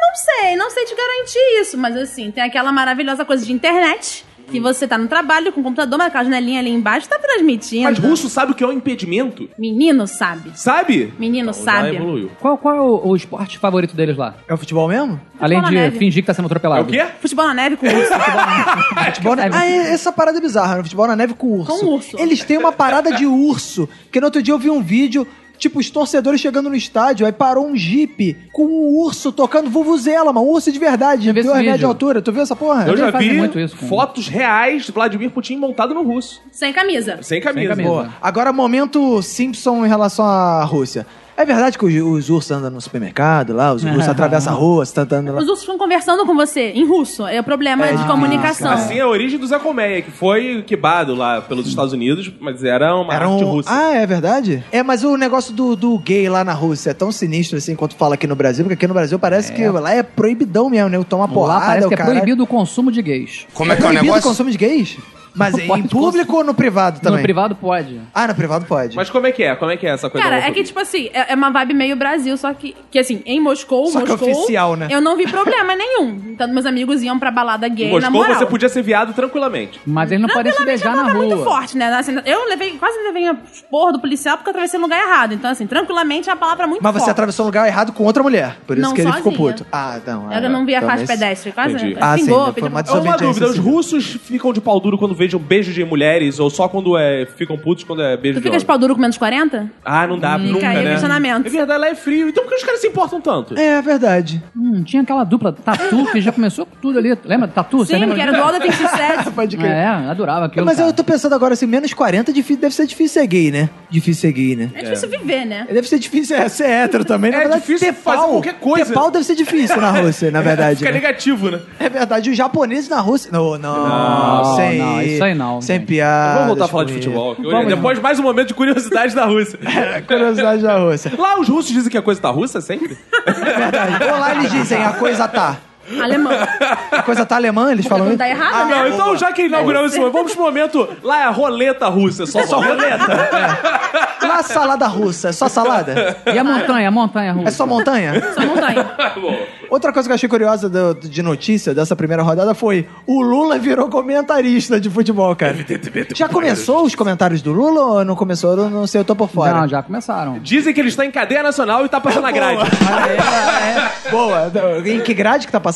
D: Não sei, não sei te garantir isso, mas assim, tem aquela maravilhosa coisa de internet. Que você tá no trabalho com o computador, mas aquela janelinha ali embaixo tá transmitindo.
B: Mas russo sabe o que é um impedimento?
D: Menino sabe.
B: Sabe?
D: Menino
B: Então, já
D: sabe.
B: evoluiu.
C: Qual, qual é o, o esporte favorito deles lá?
A: É o futebol mesmo?
C: Além
D: na
C: de
D: neve.
C: fingir que tá sendo
B: É
C: atropelado.
B: o quê?
D: Futebol na neve com urso. futebol na neve.
A: Futebol na... Ah, é- essa parada é bizarra, né? Futebol na neve com urso.
D: Com urso.
A: Eles têm uma parada de urso. Porque no outro dia eu vi um vídeo, tipo, os torcedores chegando no estádio, aí parou um jipe com um urso tocando vuvuzela, mano. Um urso de verdade,
C: Eu vi
A: deu
C: esse
A: a média
C: vídeo.
A: altura. Tu viu essa porra?
B: Eu já
C: fazem
B: vi
C: muito isso com-
B: fotos reais de Vladimir Putin montado no russo.
D: Sem camisa.
B: Sem camisa.
C: camisa.
B: Pô,
A: Boa. Agora, momento Simpson em relação à Rússia. É verdade que os, os ursos andam no supermercado lá, os
C: [LAUGHS]
A: ursos atravessam a rua, você tá andando lá.
D: Os ursos ficam conversando com você em russo. É o problema de comunicação.
B: Assim é a origem do Zé Colmeia, que foi quebado lá pelos Estados Unidos, mas era uma
A: Era um-
B: arte russa.
A: Ah, é verdade? É, mas o negócio do, do gay lá na Rússia é tão sinistro assim quanto fala aqui no Brasil, porque aqui no Brasil parece que lá é proibidão mesmo, né? Toma porrada,
C: Lá parece
A: o
C: que é
A: cara...
C: proibido o consumo de gays.
F: Como é que é o
A: proibido o
F: negócio?
A: consumo de gays? Mas
C: [LAUGHS] Não
A: em
C: pode
A: público ou no privado também?
C: No privado pode.
A: Ah, no privado pode.
B: Mas como é que é? Como é que é essa coisa?
D: Cara,
B: da
D: é que, tipo assim, é, é uma vibe meio Brasil, só que, que assim, em Moscou,
A: Só que
D: Moscou,
A: oficial, né?
D: eu não vi problema [LAUGHS] nenhum. Então, meus amigos iam pra balada gay,
B: Em
D: na
B: Moscou
D: moral.
B: você podia ser viado tranquilamente.
C: Mas eles não podem se beijar na
D: Tava muito
C: rua.
D: forte, né? Assim, eu levei, quase levei a porra do policial porque eu atravessei no lugar errado. Então, assim, tranquilamente é uma palavra muito
A: Mas você
D: forte.
A: atravessou o lugar errado com outra mulher. Por isso
D: Não,
A: que ele ficou
D: sozinha.
A: puto. Ah, não. ah,
D: Eu não vi a
A: então
D: faixa
A: esse-
D: pedestre, quase
B: Entendi.
A: Ah, sim,
D: pingou,
A: foi
D: pediu
A: uma
D: pra-
B: É uma
A: Desobediência
B: dúvida, os
A: civil.
B: russos ficam de pau duro quando vejam beijos de mulheres ou só quando é, ficam putos quando é beijo
D: Tu
B: de
D: fica de
B: homem?
D: pau duro Hum, com menos 40?
B: Ah, não dá, nunca,
D: aí o
B: né?
D: questionamento.
B: É verdade, lá é frio. Então por que os caras se importam tanto?
A: É, verdade.
C: Hum, tinha aquela dupla Tatu que já começou com tudo ali. Lembra? Tatu? Você
D: Sim,
A: né?
C: lembra?
D: que era do All That
B: [LAUGHS]
D: Set.
A: Pode crer.
C: É, adorava aquilo.
A: Mas
C: cara.
A: eu tô pensando agora assim, menos 40 é difícil, deve ser difícil ser gay, né? Difícil ser gay, né?
D: É difícil viver, né?
A: Deve ser difícil é, ser hétero também, na
B: É
A: verdade.
B: difícil
A: ter
B: fazer
A: pau,
B: qualquer coisa.
A: Ter pau deve ser difícil na Rússia, na verdade.
B: Fica
A: né?
B: negativo, né?
A: É verdade, os japoneses na Rússia. Não, não,
C: Não,
A: sem,
C: não, isso aí não,
A: Sem é.
C: gente.
A: piada.
B: Vamos É. voltar a falar de futebol. Depois, mais um momento de curiosidade da [LAUGHS] Rússia.
A: Curiosidade da Rússia.
B: Lá os russos dizem que a coisa tá russa sempre?
A: É [LAUGHS] verdade. Ou lá eles dizem, a coisa tá.
D: Alemão.
A: A coisa tá alemã, eles falam.
D: não tá
A: isso?
D: errado,
A: Ah,
B: [LAUGHS] Não,
D: né?
B: então já que inauguramos esse momento, vamos pro momento. Lá é a roleta russa, É só, só roleta.
A: Lá a salada russa, é só salada?
C: E a montanha, a montanha russa.
A: É só montanha?
D: Só montanha.
A: Outra coisa que eu achei curiosa do- de notícia dessa primeira rodada foi o Lula virou comentarista de futebol, cara. Já começou os comentários do Lula ou não começou? Eu não sei, eu tô por fora.
C: Não, já começaram.
D: Assim.
B: Dizem que ele está em cadeia nacional e tá passando a grade.
A: É, é. Boa. Em que grade que tá
B: [LAUGHS]
A: passando?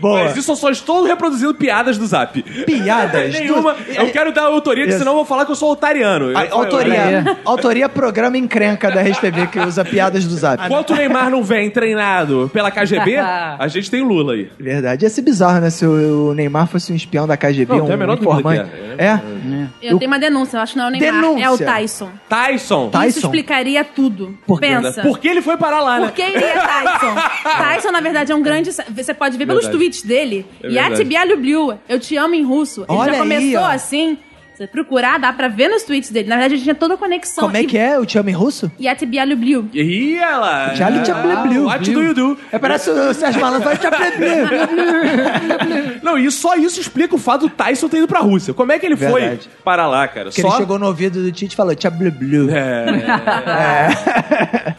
A: Boa.
B: Mas isso eu só estou reproduzindo piadas do zap. [LAUGHS]
A: Piadas do-
B: Nenhuma. Eu quero dar autoria, que
A: Isso.
B: senão eu vou falar que eu sou otariano. Eu- né?
A: A-
B: eu-
A: autoria,
C: olha
A: autoria programa encrenca da RedeTV que usa piadas do
B: eu-
A: Zap.
B: Enquanto o Neymar Ah, não vem treinado pela
D: [LAUGHS]
B: KGB, a gente tem o Lula aí.
A: Verdade. Ia ser bizarro, né? Se o Neymar fosse um espião da KGB,
B: Não, tem a
A: um
B: menor dúvida
A: informante.
B: que né?
A: É?
D: Eu tenho uma denúncia, eu acho que não é o Neymar,
A: Denúncia.
D: é o Tyson.
B: Tyson.
A: Tyson?
D: Isso explicaria tudo. Tá. Pensa.
B: Por que ele foi parar lá, né?
D: Por que iria
B: [LAUGHS]
D: Tyson? Tyson, na verdade, é um grande. Você pode ver pelos
B: Verdade.
D: tweets dele.
B: É
D: e a
B: verdade.
D: Blue, eu te amo em russo. Ele
A: Olha
D: já começou
A: aí, ó.
D: assim. Você procurar, dá pra ver nos tweets dele. Na verdade, a gente tinha toda a conexão.
A: Como é que é? Eu te amo em russo?
D: Yati Blue.
B: E ela...
A: Charlie Chaplin Blue.
B: What Ah, do you do?
A: É, parece o Sérgio Malandro. Vai, Chaplin
B: [LAUGHS]
A: Blue.
B: Não, e só isso explica o fato do Tyson ter ido pra Rússia. Como é que ele
A: Verdade.
B: foi parar lá, cara?
A: Que
B: só... É.
A: ele chegou no ouvido do Tite e falou Chaplin Blue.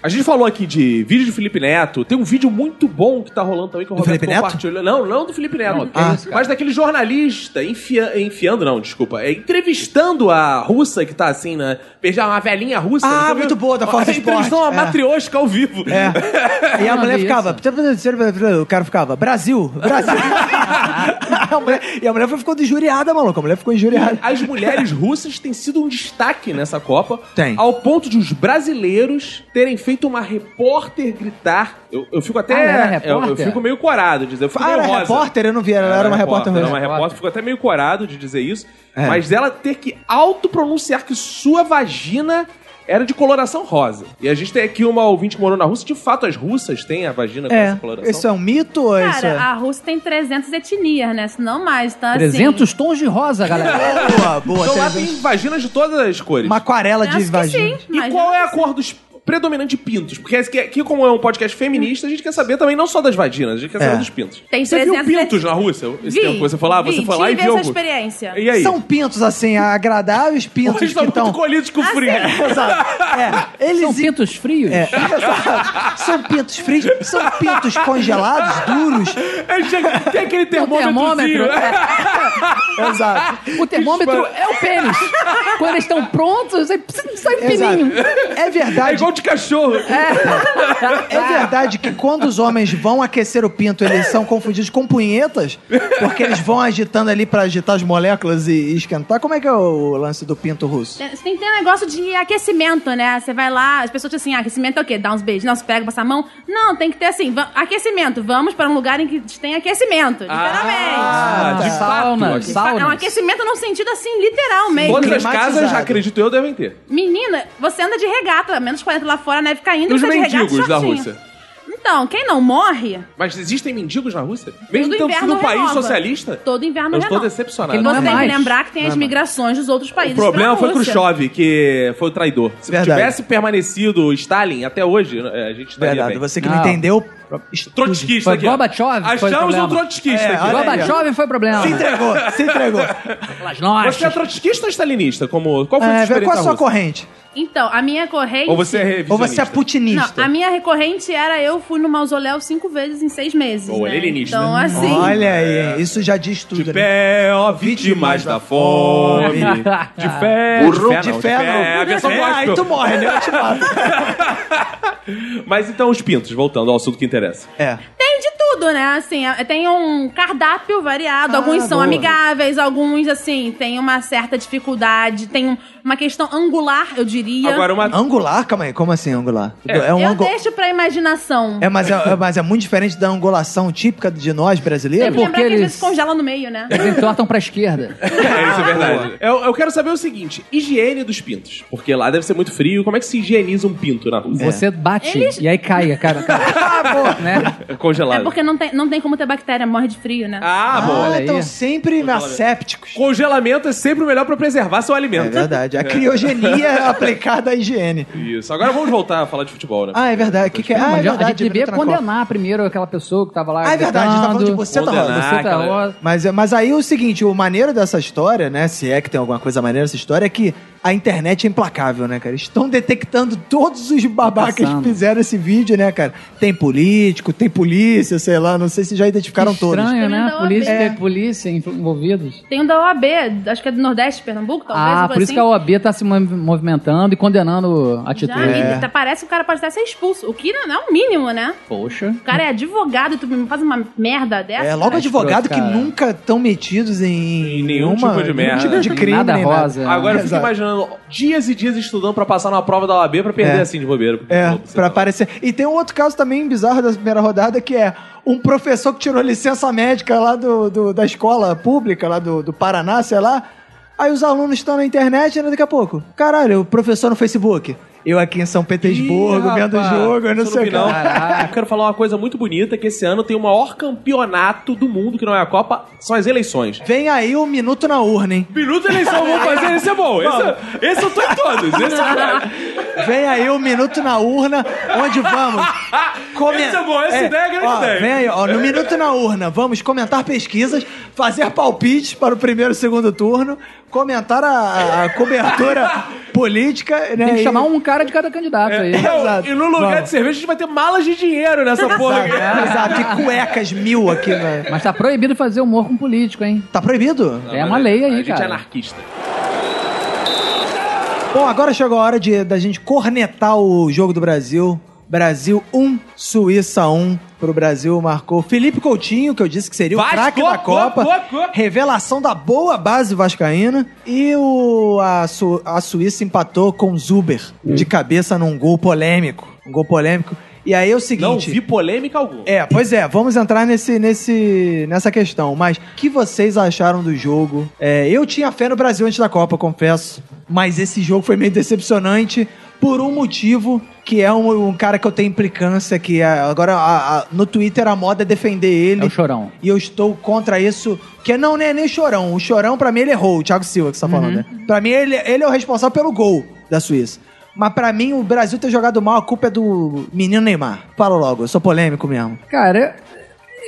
B: A gente falou aqui de vídeo de Felipe Neto. Tem um vídeo muito bom que tá rolando também que o Roberto
A: Felipe Neto?
B: compartilhou. Não, não do Felipe Neto.
A: Ah, isso, cara.
B: mas daquele jornalista enfia- enfiando, não, desculpa. é, entrevistando a russa que tá assim, né? Beijar uma velhinha russa.
A: Ah,
B: Não foi
A: muito
B: mesmo?
A: boa, da Fox Sports.
B: Entrevistou uma
A: É.
B: matrioshka ao vivo.
A: É. E a
B: Ah,
C: Eu não
A: mulher
C: vi
A: ficava. O cara ficava, Brasil,
B: [LAUGHS]
A: Brasil. A mulher- e a mulher ficou injuriada, maluco. A mulher ficou injuriada.
B: [LAUGHS] As mulheres russas têm sido um destaque nessa Copa.
A: Tem.
B: Ao ponto de os brasileiros terem feito uma repórter gritar. Eu, eu fico até.
C: Ah, ela era
B: eu, eu
C: repórter?
B: fico meio corado de dizer. Eu fico
A: é Ah,
B: meio
A: era
B: rosa.
A: repórter? Eu não vi, ela era, uma repórter.
B: Era
A: mesmo.
B: uma repórter,
C: Repórter.
B: ficou até meio corado de dizer isso.
A: É.
B: Mas ela ter que autopronunciar que sua vagina era de coloração rosa. E a gente tem aqui uma ouvinte que morou na Rússia. De fato, as russas têm a vagina com essa
A: É.
B: coloração.
A: Isso é um mito ou isso
D: Cara,
A: é...
D: a Rússia tem 300 etnias, né? Se não mais, tá
C: 300 tons de rosa, galera.
A: [LAUGHS] Boa, boa.
B: Então lá
A: Teresa.
B: tem vaginas de todas as cores.
A: Uma aquarela
D: assim.
A: de
D: Acho que sim.
A: vagina.
B: E
D: mas
B: qual
D: não
B: é a cor dos predominante de pintos? Porque aqui, aqui, como é um podcast feminista, a gente quer saber também não só das vaginas, a gente quer
A: É.
B: saber dos pintos.
D: Tem
B: você viu
D: 300
B: pintos na Rússia? Esse
D: Vi,
B: tempo que você foi lá? Você
D: vi,
B: foi lá e
D: tive
B: viu
D: essa
B: alguns?
D: experiência.
B: E aí?
A: São pintos, assim, agradáveis, pintos
B: Eles
A: que
B: estão muito
A: estão...
B: colhidos
D: Ah,
B: com frio.
A: Exato. É,
C: São
A: eles...
C: pintos frios.
A: é, [LAUGHS] exato. São pintos frios, são pintos congelados, duros.
B: Aí chega- tem aquele
C: O termômetro,
B: termômetrozinho.
C: é,
A: Exato.
C: o termômetro é o pênis. Quando eles estão prontos, aí pss, sai um
A: Exato.
C: pininho.
A: É
B: É
A: verdade
B: igual de cachorro.
A: É verdade que quando os homens vão aquecer o pinto, eles são confundidos com punhetas, porque eles vão agitando ali pra agitar as moléculas e, e esquentar. Como é que é o lance do pinto russo?
D: Tem- Tem que ter um negócio de aquecimento, né? Você vai lá, as pessoas dizem assim, ah, aquecimento é o quê? Dar uns beijos, não, se pega, passar a mão. Não, tem que ter assim, va- aquecimento. Vamos para um lugar em que tem aquecimento, literalmente.
B: Ah, de
C: Sauna,
B: fato.
C: sauna.
D: É um aquecimento num sentido assim, literal mesmo.
B: Todas as
A: Climatizado.
B: casas, acredito eu, devem ter.
D: Menina, você anda de regata, menos 40 lá fora, a neve caindo,
B: E os
D: você anda é de regata e
B: mendigos da
D: shortinho.
B: Rússia?
D: Então, quem não morre,
B: Mas existem mendigos na Rússia? Mesmo tendo
D: Todo
B: sido
D: inverno
B: um país
D: renova.
B: socialista?
D: Todo inverno
B: Eu estou
D: renova.
B: decepcionado.
C: Aquele
D: você
C: Não é
D: tem
C: mais.
D: que lembrar que tem
C: Não é
D: as
C: mais.
D: migrações dos outros países
B: O problema
D: pra
B: foi
D: Rússia.
B: Khrushchev, que foi o traidor. Se
A: Verdade.
B: tivesse permanecido Stalin até hoje, eh, a gente estaria
A: Verdade,
B: bem.
A: você que não,
C: Não.
A: entendeu.
B: Trotskista
C: Foi
B: aqui. ó.
C: Gorbachev, foi o
B: Achamos
C: problema.
B: um trotskista
A: É,
B: aqui.
A: olha aí,
C: Goba jovem foi problema.
A: Se entregou, se entregou.
C: Aquelas
B: Você é
C: nossas.
B: trotskista ou stalinista? Como, qual foi a
A: É,
B: sua
A: velho, qual é
B: experiência
A: a
B: na
A: sua
B: Rússia?
A: corrente?
D: Então, a minha corrente...
B: Ou você é
A: Ou você é
B: revisionista?
D: Não,
A: putinista?
D: a minha recorrente era eu fui no mausoléu cinco vezes em seis meses.
B: Ou ele
D: né?
B: é ilinista,
D: Então,
B: né?
D: assim.
A: Olha aí, isso já diz tudo.
B: De
A: né?
B: pé, ó, vítimas da fome. De fé,
A: Burro,
B: de fé, não, de
A: fé,
B: fé, a versão
A: É, aí
B: gospel.
A: tu morre, né? Eu te mato.
B: Mas então os pintos, voltando ao assunto que interessa.
A: É.
D: Tem de tudo, né? Assim, é- tem um cardápio variado.
A: Ah,
D: alguns são
A: boa.
D: amigáveis, alguns, assim, tem uma certa dificuldade. Tem um- uma questão angular, eu diria.
B: Agora uma...
A: Angular? Calma aí, como assim angular? É, um
D: eu
A: ângulo.
D: deixo pra imaginação.
A: É, mas é, é- mas é muito diferente da angulação típica de nós
D: Tem
A: brasileiros?
D: que lembrar
C: É porque
D: que às
C: eles-
D: vezes congela no meio, né?
C: Eles entortam pra esquerda.
B: É, isso é verdade. Eu, eu quero saber o seguinte, higiene dos pintos. Porque lá deve ser muito frio. Como é que se higieniza um pinto na Rússia?
C: Você bate
D: Eles-
C: e aí cai, cara.
A: [LAUGHS] Ah,
C: né?
B: É congelado.
D: É porque não tem, não tem como ter bactéria, morre de frio, né?
B: Ah, bom.
A: Ah,
C: Olha
A: estão
C: aí.
A: sempre assépticos.
B: Congelamento é sempre o melhor pra preservar seu
A: É
B: alimento.
A: verdade. A criogenia [LAUGHS] é aplicada à higiene.
B: Isso. Agora vamos voltar a falar de futebol, né?
A: Ah, é verdade. O que, que é? Ah, é
C: Mas a
A: verdade.
C: gente devia
A: direto na Copa.
C: condenar primeiro aquela pessoa que tava lá.
A: Ah, é verdade, a gente tá falando de buceta
B: Condenar,
A: rosa.
B: Ah,
C: Buceta
B: cara.
C: rosa.
A: Mas, é- mas aí é o seguinte, o maneiro dessa história, né? Se é que tem alguma coisa maneira nessa história, é que a internet é implacável, né, cara? Estão detectando todos os babacas que
C: passando.
A: fizeram esse vídeo, né, cara? Tem político, tem polícia, sei lá, não sei se já identificaram todos.
C: Estranho,
D: Também
C: né?
D: da
C: Polícia,
A: OAB.
C: ter polícia envolvidos.
D: Tem um da OAB, acho que é do Nordeste, Pernambuco, talvez.
C: ah,
D: algo
C: por isso
D: assim.
C: que a OAB tá se mov- movimentando e condenando a
D: Já,
C: atitude.
A: É.
D: e tá- parece que o cara pode até ser expulso. O que não não é o mínimo, né?
C: Poxa.
D: O cara é advogado e tu me faz uma merda dessa.
A: É, logo
C: É
A: advogado
C: escroto,
A: que
C: cara.
A: nunca estão metidos em,
B: Em nenhum
A: nenhuma-
B: tipo de
A: nenhum
B: merda.
A: tipo de crime,
C: nada
A: nem
C: rosa.
B: Agora eu fico
A: Exato.
B: imaginando dias e dias estudando pra passar numa prova da OAB pra perder
A: É.
B: assim de bobeira.
A: É,
B: Sei
A: pra
B: lá.
A: aparecer. E tem um outro caso também bizarro da primeira rodada que é um professor que tirou licença médica lá do, do- da escola pública, lá do, do Paraná, sei lá. Aí os alunos estão na internet, né, daqui a pouco. Caralho, o professor no Facebook. Eu aqui em São Petersburgo,
B: Ih,
A: vendo o
B: rapaz,
A: jogo, eu não
B: isso
A: sei o
B: vi,
A: que.
B: não.
C: Caraca.
B: Eu quero falar uma coisa muito bonita, que esse ano tem o maior campeonato do mundo, que não é a Copa, são as eleições.
A: Vem aí o minuto na urna, hein?
B: Minuto da eleição, vamos fazer, esse é bom. Esse, esse eu tô em todos. Esse, é- [LAUGHS]
A: Vem aí o minuto na urna, onde vamos.
B: Esse é bom, essa ideia é grande
A: ó,
B: ideia.
A: Vem aí, ó, no minuto na urna, vamos comentar pesquisas, fazer palpites para o primeiro e segundo turno, comentar a, a cobertura
B: [LAUGHS]
A: política, né?
C: Tem que
A: e-
C: chamar um cara de cada candidato aí.
B: Não,
A: Exato.
B: Então, E no lugar
A: Vamos.
B: de cerveja, a gente vai ter malas de dinheiro nessa porra.
A: Exato,
B: aqui.
C: né?
A: exato, e cuecas mil aqui, né?
C: Mas tá proibido fazer humor com político, hein?
A: Tá proibido?
C: é uma lei aí,
B: A gente é
C: cara.
B: anarquista.
A: Bom, agora chegou a hora de, da gente cornetar o jogo do Brasil. Brasil 1, Suíça 1. Pro Brasil marcou Felipe Coutinho, que eu disse que seria o
B: Vasco,
A: craque da
B: go,
A: Copa.
B: go, go.
A: Revelação da boa base vascaína. E o, a, Su- a Suíça empatou com Zuber, de cabeça num gol polêmico. Um gol polêmico. E aí é o seguinte...
B: Não vi polêmica alguma.
A: É, pois é, vamos entrar nesse, nesse, nessa questão. Mas o que vocês acharam do jogo? É, eu tinha fé no Brasil antes da Copa, confesso. Mas esse jogo foi meio decepcionante. por um motivo que é um, um cara que eu tenho implicância, que é- agora a- a- no Twitter a moda é defender ele.
C: É o Chorão.
A: E eu estou contra isso, que não não é nem chorão. O chorão, pra mim, ele errou, o Thiago Silva que você tá falando,
C: Uhum.
A: né? Pra mim, ele, ele é o responsável pelo gol da Suíça. Mas pra mim, o Brasil ter jogado mal, a culpa é do menino Neymar. Fala logo, eu sou polêmico mesmo.
C: Cara,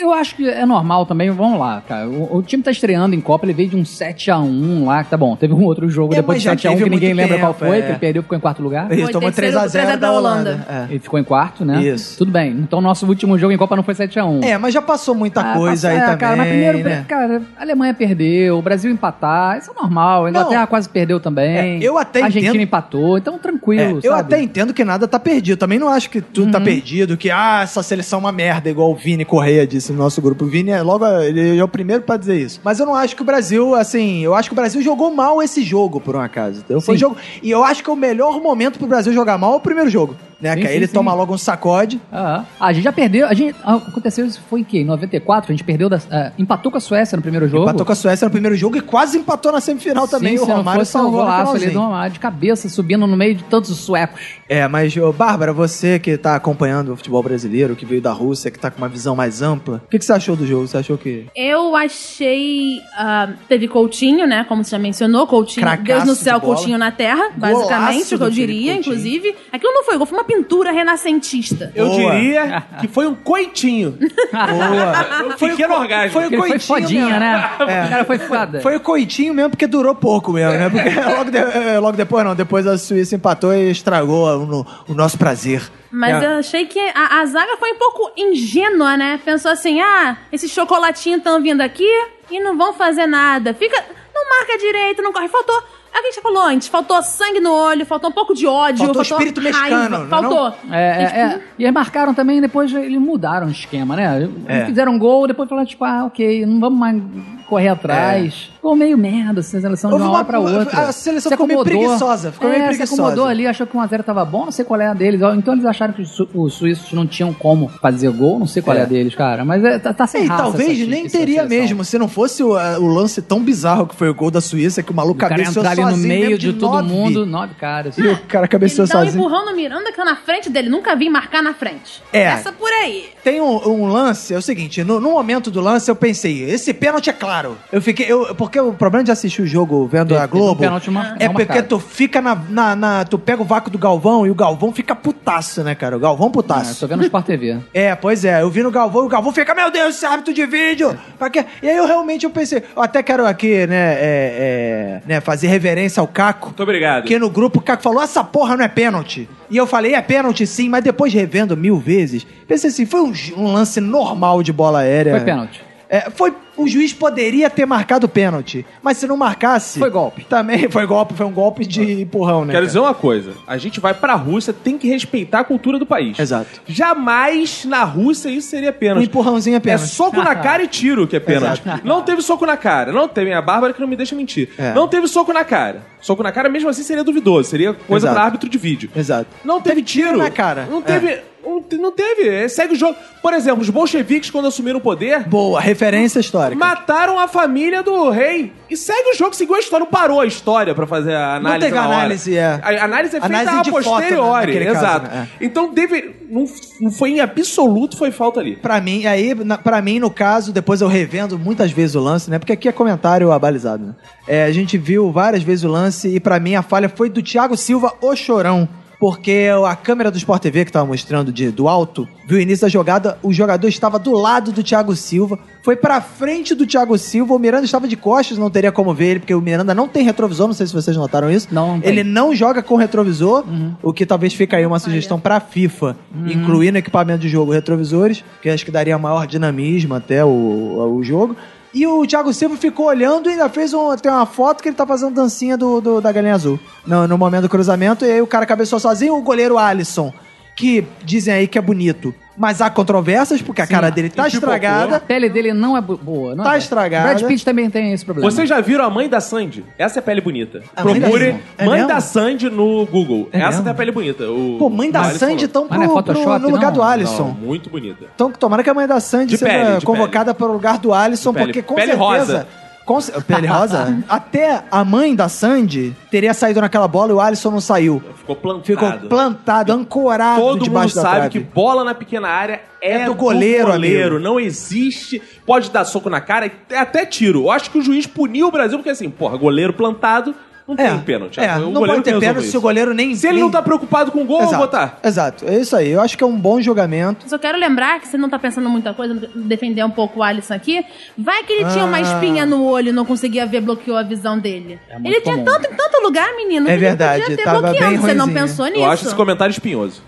C: eu acho que é normal também. Vamos lá, cara. O, o time tá estreando em Copa, ele veio de um 7x1 lá, que tá bom. Teve um outro jogo
A: É,
C: depois
A: mas
C: de
A: já
C: 7x1
A: teve
C: que ninguém
A: muito
C: lembra qual
A: tempo,
C: foi,
A: é.
C: que ele perdeu, ficou em quarto lugar.
A: Ele
D: Foi
A: tomou
D: terceiro-
A: 3x0
D: 3x0
A: da
D: da
A: Holanda.
D: Holanda.
C: Ele ficou em quarto, né?
A: É. Isso.
C: Tudo bem. Então nosso último jogo em Copa não foi 7x1.
A: É. É, mas já passou muita
C: Ah,
A: coisa
C: passa-
A: aí
C: é,
A: também.
C: Cara, mas primeiro,
A: né?
C: cara, a Alemanha perdeu, o Brasil empatar, isso é normal. A Inglaterra
A: Não.
C: quase perdeu também.
A: É, eu até
C: A Argentina
A: entendo-
C: empatou, então tranquilo,
A: É, eu
C: sabe? Uhum.
A: até entendo que nada tá perdido. Também não acho que tudo tá perdido, que ah, essa seleção é uma merda, igual o Vini Correia disse no nosso grupo. O Vini é logo ele é o primeiro pra dizer isso. Mas eu não acho que o Brasil, assim, eu acho que o Brasil jogou mal esse jogo, por um acaso. Então, foi
C: Sim.
A: jogo. E eu acho que é o melhor momento pro Brasil jogar mal é o primeiro jogo. Né?
C: Sim,
A: que aí
C: sim,
A: ele
C: sim.
A: toma logo um sacode.
C: Ah, ah. a gente já perdeu. A gente, ah, aconteceu isso foi em quê? Em 94, a gente perdeu. da- ah, empatou com a Suécia no primeiro jogo.
A: Empatou com a Suécia no primeiro jogo e quase empatou na semifinal também.
C: Sim,
A: o
C: se não
A: Romário
C: fosse um
A: salvou né, no
C: golaço ali do
A: finalzinho.
C: Romário, de cabeça, subindo no meio de todos os suecos.
A: É, mas, ô, Bárbara, você que tá acompanhando o futebol brasileiro, que veio da Rússia, que tá com uma visão mais ampla, o que, que você achou do jogo? Você achou que.
D: Eu achei. ah, teve Coutinho, né? Como você já mencionou, Coutinho.
A: Cracaço
D: Deus no
A: de
D: céu,
A: bola.
D: Coutinho na terra,
A: Golaço
D: basicamente, o que
A: do
D: eu
A: Felipe
D: diria,
A: Coutinho.
D: inclusive. Aquilo não foi gol, foi uma pintura renascentista.
E: Eu
A: Boa.
E: diria que foi um
B: [LAUGHS]
E: coitinho.
A: Boa!
B: Foi um pequeno orgasmo.
E: Foi o
C: Porque ele foi
E: coitinho.
C: fodinha,
E: mesmo.
C: né? O cara foi foda.
A: Foi o coitinho mesmo, porque durou pouco mesmo, né? Porque [LAUGHS] logo, de- eh, logo depois, não, depois a Suíça empatou e estragou o, no- o nosso prazer.
D: Mas
A: É.
D: eu achei que a, a zaga foi um pouco ingênua, né? Pensou assim: ah, esses chocolatinhos estão vindo aqui e não vão fazer nada. Fica. Não marca direito, não corre. Faltou. É o que a gente já falou antes: faltou sangue no olho, faltou um pouco de ódio,
A: Faltou espírito
D: raiva,
A: mexicano, não é
D: Faltou.
C: É, é, é. E aí marcaram também, depois eles mudaram o esquema, né?
A: É.
C: Fizeram um gol, depois falaram, tipo, ah, ok, não vamos mais correr atrás. Ficou meio merda, assim, a seleção de
A: É. Houve
C: uma
A: uma-
C: hora pra outra.
A: a seleção
C: Se
A: ficou meio
C: acomodou.
A: preguiçosa, ficou meio
C: É,
A: preguiçosa.
C: Se acomodou ali, achou que 1x0 tava bom, não sei qual é a deles. Ó, Então eles acharam que os, su- os suíços não tinham como fazer gol, não sei qual é,
A: É.
C: a deles, cara. Mas é, tá, tá sem
A: E
C: raça
A: talvez
C: essa-
A: nem
C: essa
A: teria
C: seleção.
A: mesmo, se não fosse o, eh, o lance tão bizarro que foi o gol da Suíça, que o maluco
C: O cara
A: cabeceou
C: entrar ali
A: sozinho
C: no meio
A: mesmo
C: de, todo
A: nove.
C: mundo, Então, nove caras.
A: E o cara
D: Ele
A: cabeceou
D: dá um
A: sozinho.
D: empurrão no Miranda que tá na frente dele. Nunca vi marcar na frente.
A: É.
D: Essa por aí.
A: Tem um, um lance, é o seguinte, no, no momento do lance eu pensei, esse pênalti é claro. Eu fiquei, eu, porque o problema de assistir o jogo vendo
C: Teve-
A: a
C: teve um
A: Globo
C: pênalti mar-
A: é
C: não
A: porque
C: marcado.
A: tu fica na, na- na- tu pega o vácuo do Galvão e o Galvão fica putaço, né, cara? O Galvão
C: Ah, eu tô
A: putaço.
C: vendo o
A: [LAUGHS]
C: Sport TV.
A: É, pois é, eu vi no Galvão e o Galvão fica, meu Deus, esse árbitro de vídeo! pra quê?" E aí eu realmente eu pensei, eu até quero aqui, né, é, é, né, fazer reverência ao Caco.
B: Muito obrigado.
A: Porque no grupo o Caco falou, essa porra não é pênalti. E eu falei, é pênalti sim, mas depois revendo mil vezes, pensei assim, foi um, ju- um lance normal de bola aérea.
C: Foi pênalti.
A: É, foi, o juiz poderia ter marcado pênalti, mas se não marcasse...
C: Foi golpe.
A: Também [LAUGHS] foi golpe, foi um golpe de empurrão, né?
B: Quero
A: cara?
B: dizer uma coisa. A gente vai pra Rússia, tem que respeitar a cultura do país.
A: Exato.
B: Jamais na Rússia isso seria
A: Um
B: pênalti.
A: empurrãozinho é
B: É
A: pênalti.
B: soco
A: [LAUGHS]
B: na cara e tiro que é pênalti.
A: Exato.
B: Não teve soco na cara. Não teve. A Bárbara que não me deixa mentir.
A: É.
B: Não teve soco na cara. Soco na cara, mesmo assim, seria duvidoso. Seria coisa
A: Exato.
B: pra árbitro de vídeo.
A: Exato.
B: Não teve tiro.
A: na cara. É.
B: Não teve. Não, te- não teve. É, Segue o jogo. Por exemplo, os bolcheviques, quando assumiram o poder,
A: Boa, referência histórica.
B: mataram a família do rei. E segue o jogo, seguiu a história. Não parou a história pra fazer a análise.
A: teve
B: na hora.
A: análise, é.
B: A análise é feita
A: Análise de
B: a
A: foto, né,
B: posteriori.
A: naquele caso,
B: exato.
A: né?
B: Então deve. Não, não foi em absoluto, foi falta ali.
A: Pra mim, aí, na, pra mim, no caso, depois eu revendo muitas vezes o lance, né? Porque aqui é comentário abalizado, né? É, a gente viu várias vezes o lance e pra mim a falha foi do Thiago Silva, o chorão. Porque a câmera do Sport TV que tava mostrando de, do alto, viu o início da jogada, o jogador estava do lado do Thiago Silva, foi pra frente do Thiago Silva, o Miranda estava de costas, não teria como ver ele, porque o Miranda não tem retrovisor, não sei se vocês notaram isso.
C: Não, não tem.
A: ele não joga com retrovisor,
C: Uhum.
A: o que talvez fica aí uma sugestão pra FIFA, incluir no equipamento de jogo retrovisores, que acho que daria maior dinamismo até o, o jogo. E o Thiago Silva ficou olhando e ainda fez um, tem uma foto que ele tá fazendo dancinha do, do- da galinha azul no, no momento do cruzamento. E aí o cara cabeçou sozinho, o goleiro Alisson, que dizem aí que é bonito. Mas há controvérsias, porque a cara dele tá
B: e pipocou.
A: estragada.
C: A pele dele não é bo- boa. Não
A: Tá
C: é boa.
A: estragada.
C: Brad Pitt também tem esse problema.
B: Vocês já viram a mãe da Sandy? Essa é pele bonita.
A: A mãe da
B: Procure
A: Sandy. É
B: mãe
A: mesmo?
B: da Sandy no Google.
A: É
B: Essa
A: mesmo?
B: tem a pele bonita. O
A: Pô, mãe da
B: Alisson
A: Sandy
B: falou.
A: tão
C: Mas não é
A: pro, pro,
C: Photoshop,
A: no lugar
C: não?
A: do
C: Não,
B: Não,
A: Alisson.
B: muito bonita.
A: Então, tomara que a mãe da Sandy
B: De
A: seja
B: pele, de
A: convocada para o lugar do Alisson,
B: De pele.
A: porque com
B: Pele
A: certeza
B: rosa.
A: Com ce- Pele rosa? Até a mãe da Sandy teria saído naquela bola e o Alisson não saiu.
B: Ficou plantado.
A: Ficou plantado, ancorado
B: Todo mundo
A: debaixo da
B: sabe que
A: trave.
B: bola na pequena área é,
A: É do goleiro, amigo.
B: Não existe. Pode dar soco na cara, é até tiro. Eu acho que o juiz puniu o Brasil porque assim, porra, goleiro plantado não tem um pênalti.
A: É,
B: O
A: não
B: goleiro
A: pode ter
B: resolve
A: pênalti se
B: isso.
A: o goleiro nem...
B: Se ele
A: nem-
B: não tá preocupado com o gol, eu
A: Exato,
B: vou botar.
A: Exato, é isso aí. Eu acho que é um bom
B: [LAUGHS]
A: julgamento.
D: Só quero lembrar que você não tá pensando muita coisa, defender um pouco o Alisson aqui. Vai que ele
A: Ah.
D: tinha uma espinha no olho e não conseguia ver, bloqueou a visão dele.
C: É muito
D: ele tinha
C: comum.
D: tanto em tanto lugar, menino,
A: É
D: que
A: verdade,
D: ele podia ter
A: tava bem
D: bloqueando. Você não
A: ruinzinho.
D: pensou nisso?
B: Eu acho esse comentário espinhoso.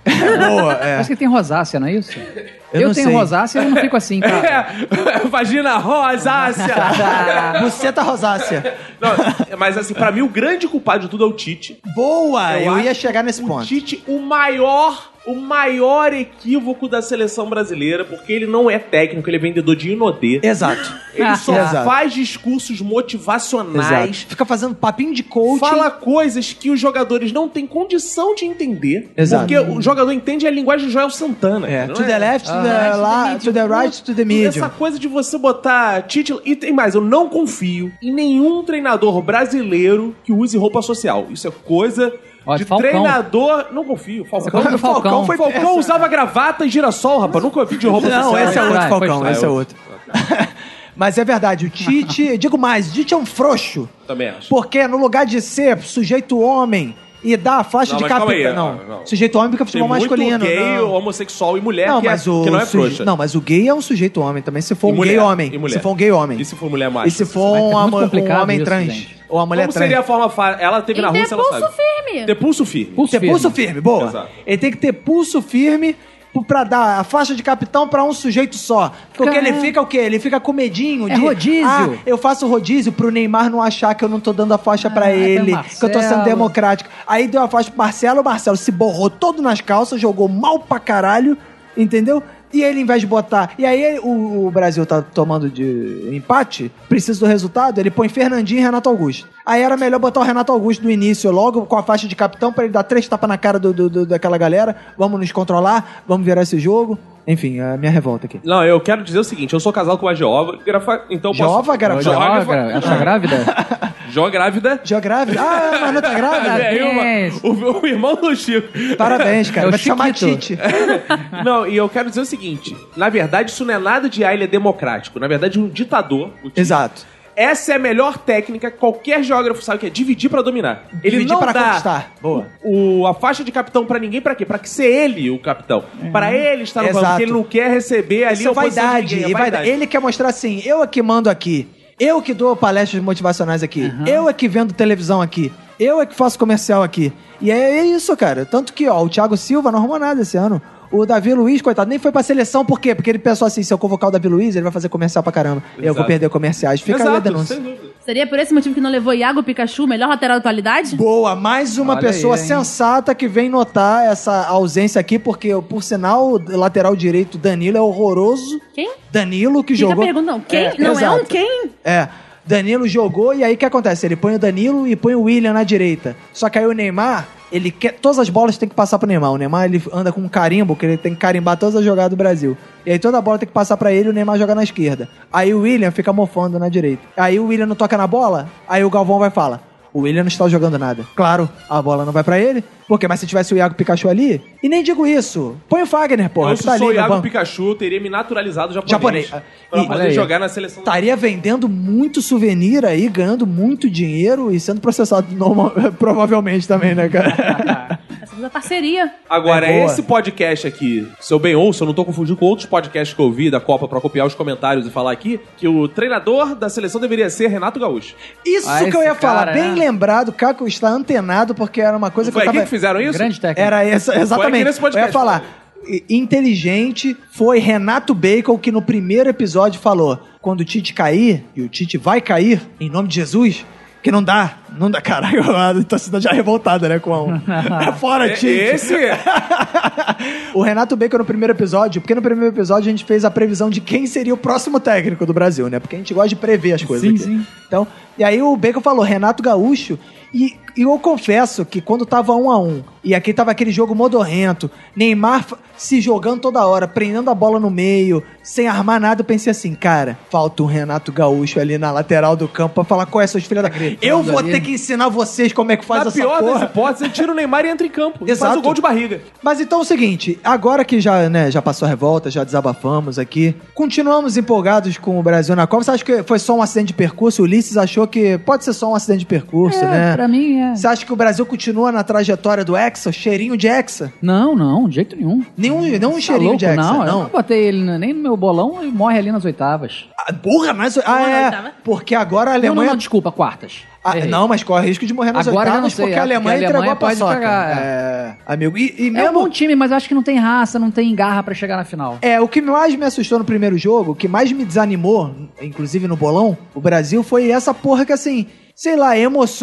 A: Boa, é.
C: Parece que tem rosácea, não é isso?
A: Eu não
C: tenho
A: sei.
C: rosácea e eu não fico
B: [LAUGHS]
C: assim, cara.
B: É, vagina rosácea.
A: [LAUGHS] [LAUGHS] Buceta rosácea.
B: Não, mas assim, pra mim o grande culpado de tudo é o Tite.
A: Boa!
B: Eu
A: Eu, ia
B: acho
A: chegar nesse
B: O
A: ponto.
B: Tite, o maior, o maior equívoco da seleção brasileira, porque ele não é técnico, ele é vendedor de inodê.
A: Exato.
C: Ah.
B: Ele só
A: Exato.
B: faz discursos
A: Exato.
B: motivacionais,
A: Fica fazendo papinho de coaching.
B: fala coisas que os jogadores não têm condição de entender.
A: Exato.
B: Porque o jogador entende a linguagem de Joel Santana.
A: É,
B: cara,
A: to
B: não Ah.
A: the left, to the, la- to the right, to the
B: Essa
A: medium.
B: coisa de você botar título. E tem mais, eu não confio em nenhum treinador brasileiro que use roupa social. Isso é coisa.
C: Ó,
B: de
C: Falcão.
B: treinador. Não confio. Falcão,
C: falou do Falcão.
B: foi Falcão usava gravata e girassol, rapaz. Nunca vi de roupa social.
A: Não, esse é
C: Foi
A: outro,
C: atrás, foi
A: Falcão,
C: atrás.
A: esse é outro. [LAUGHS] Mas é verdade, o Tite, digo mais, o Tite é um frouxo.
B: Também acho.
A: Porque no lugar de ser sujeito homem e dar a faixa
B: Não,
A: de
B: mas calma aí,
A: capitão.
B: não,
A: Não,
B: não.
A: sujeito homem fica
B: Tem
A: futebol
B: muito
A: masculino.
B: gay,
A: não.
B: homossexual e mulher
A: Não,
B: que, é-
A: mas o
B: que não é
A: suje-
B: frouxa.
A: Não, mas o gay é um sujeito homem também. Se for
B: E
A: um
B: mulher,
A: gay homem.
B: e mulher.
A: Se for um gay homem.
B: E se for mulher macho?
A: E se for
C: Vai
A: uma-
C: ficar é muito
A: um
C: complicado
A: homem
C: isso,
A: trans.
C: gente.
A: Ou uma mulher
B: Como
A: trans.
B: seria a forma fácil? Ela teve na
D: Ele
B: rua,
D: tem
B: se ela sabe.
D: pulso firme.
B: Ter pulso firme.
C: Pulso
A: Ter
C: firme.
A: pulso firme, boa.
B: Exato.
A: Ele tem que ter pulso firme pro- pra dar a faixa de capitão pra um sujeito só. Porque
C: Caraca.
A: ele fica o quê? Ele fica comedinho
C: É
A: de...
C: rodízio.
A: Ah, eu faço rodízio pro Neymar não achar que eu não tô dando a faixa pra
C: Caraca,
A: ele, que eu tô sendo
C: Ah, é Marcelo.
A: democrático. Aí deu a faixa pro Marcelo, o Marcelo se borrou todo nas calças, jogou mal pra caralho, entendeu? E ele, ao invés de botar... E aí o, o Brasil tá tomando de empate, precisa do resultado, ele põe Fernandinho e Renato Augusto. Aí era melhor botar o Renato Augusto do início logo, com a faixa de capitão, pra ele dar três tapas na cara do, do- do- daquela galera. Vamos nos controlar, vamos virar esse jogo. Enfim, é a minha revolta aqui.
B: Não, eu quero dizer o seguinte, eu sou casado com a Geova, grafa- então eu posso...
A: Geova,
C: Ó,
A: garapa?
C: Geógrafa,
A: [LAUGHS]
C: acha grávida?
B: Geova grávida.
A: Já grávida? Ah, mas não tá
C: [LAUGHS]
A: grávida?
B: É, eu-
C: Parabéns.
B: o, o irmão do Chico.
A: Parabéns, cara.
C: [LAUGHS] É o
A: Vai te chamar
C: Chiquito.
A: Tite.
B: Não, e eu quero dizer o seguinte, na verdade isso não é nada de, ah, ele é democrático. Na verdade é um ditador. o Tite.
A: Exato.
B: Essa é a melhor técnica, qualquer geógrafo sabe que é dividir pra dominar. Ele
A: Dividir
B: não
A: pra
B: dá
A: conquistar. Boa.
B: O, a faixa de capitão pra ninguém, pra quê? Pra que ser ele o capitão. Pra ele estar no banco,
A: Uhum. Exato.
B: porque ele não quer receber ali
A: Isso
B: a
A: é
B: oposição de
A: vaidade.
B: ninguém, é
A: e vaidade. Ele quer mostrar assim, eu é que mando aqui. Eu que dou palestras motivacionais aqui. Eu é que vendo televisão aqui. Eu é que faço comercial aqui. E é isso, cara. Tanto que, ó, o Thiago Silva não arrumou nada esse ano. O Davi Luiz, coitado, nem foi pra seleção. Por quê? Porque ele pensou assim, se eu convocar o Davi Luiz, ele vai fazer comercial pra caramba. Eu
B: Exato.
A: vou perder comerciais. Fica aí a
B: Exato,
A: denúncia.
B: sem dúvida.
D: Seria por esse motivo que não levou Iago Pikachu, melhor lateral da atualidade?
A: Boa, mais uma
C: Olha
A: pessoa
C: aí, hein?
A: sensata que vem notar essa ausência aqui, porque, por sinal, o lateral direito Danilo é horroroso.
D: Quem?
A: Danilo que
D: Fica
A: jogou.
D: perguntando, quem?
A: É,
D: não é um
A: exato.
D: quem?
A: É. Danilo jogou e aí o que acontece? Ele põe o Danilo e põe o William na direita. Só que aí o Neymar, ele quer. Todas as bolas tem que passar pro Neymar. O Neymar ele anda com um carimbo, que ele tem que carimbar todas as jogadas do Brasil. E aí toda a bola tem que passar pra ele e o Neymar joga na esquerda. Aí o William fica mofando na direita. Aí o William não toca na bola, aí o Galvão vai falar. O William não está jogando nada. Claro, a bola não vai pra ele. Por quê? Mas se tivesse o Iago Pikachu ali. E nem digo isso. Põe o Fagner, porra.
B: eu,
A: que
B: se
A: tá ali
B: sou
A: no
B: Iago
A: banco.
B: é Pikachu, eu teria me naturalizado japonês.
A: Japonês. Ah,
B: Pra
A: e-
B: poder
C: olha aí.
B: jogar na seleção.
A: estaria vendendo muito souvenir aí, ganhando muito dinheiro e sendo processado normal- [LAUGHS] provavelmente também, né, cara?
C: [LAUGHS]
D: Essa coisa é parceria.
B: Agora,
A: É boa.
B: esse podcast aqui, se eu bem ouço, eu não tô confundindo com outros podcasts que eu vi da Copa pra copiar os comentários e falar aqui, que o treinador da seleção deveria ser Renato Gaúcho.
A: Isso
C: Ah,
A: que eu
C: esse
A: ia falar.
C: cara,
A: Bem
C: né?
A: lembrado, Caco está antenado, porque era uma coisa é que
B: Foi
A: eu
B: aqui
A: tava...
B: que fizeram isso?
C: Grande técnico.
A: Era essa, exatamente.
B: nesse
A: eu
B: podcast,
A: ia falar. i- Inteligente foi Renato Bacon que no primeiro episódio falou: quando o Tite cair, e o Tite vai cair, em nome de Jesus, que não dá, Não dá, caralho, [LAUGHS] a torcida já é revoltada, né, com
C: [LAUGHS]
A: a 1. É fora,
B: E-
A: Tite.
B: Esse
A: O Renato Baker no primeiro episódio, porque no primeiro episódio a gente fez a previsão de quem seria o próximo técnico do Brasil, né? Porque a gente gosta de prever as coisas.
C: Sim,
A: aqui.
C: sim.
A: Então, e aí o Baker falou, Renato Gaúcho. E, e eu confesso que quando tava um a um, e aqui tava aquele jogo modorrento, Neymar fa- se jogando toda hora, prendendo a bola no meio, sem armar nada, eu pensei assim, cara, falta um Renato Gaúcho ali na lateral do campo pra falar qual é suas filhas da. Eu vou
C: Tá ali. Tá
A: ter que ensinar vocês como é que faz
B: na
A: essa
B: pior das
A: porra.
B: hipóteses, ele tira o Neymar e entra em campo. E Faz
A: Exato.
B: o gol de barriga.
A: Mas então é o seguinte, agora que já, né, já passou a revolta, já desabafamos aqui, continuamos empolgados com o Brasil na Copa. Você acha que foi só um acidente de percurso? O Ulisses achou que pode ser só um acidente de percurso, né?
C: Pra mim é.
A: Você acha que o Brasil continua na trajetória do Hexa, cheirinho de Hexa?
C: Não, não, de jeito nenhum.
A: Nenhum, nenhum
C: Tá
A: cheirinho
C: louco?
A: de Hexa,
C: não,
A: não?
C: eu não botei ele n- nem no meu bolão e morre ali nas oitavas.
A: Ah, porra, mas... Ah,
D: na
A: é,
D: oitava?
A: porque agora a
C: Não, não,
A: Alemanha...
C: não, desculpa, quartas.
A: Ah,
C: Errei.
A: não, mas corre risco de morrer nas
C: Agora eu
A: oitavas,
C: não sei,
A: porque
C: é,
A: a Alemanha
C: porque
A: entregou
C: a
A: a,
C: Alemanha pode
A: paçoca.
C: entregar,
A: É, amigo. E, e
C: É um
A: mesmo...
C: bom time, mas acho que não tem raça, não tem garra pra chegar na final.
A: É, o que mais me assustou no primeiro jogo, o que mais me desanimou, inclusive no bolão, o Brasil, foi essa porra que assim. Sei lá,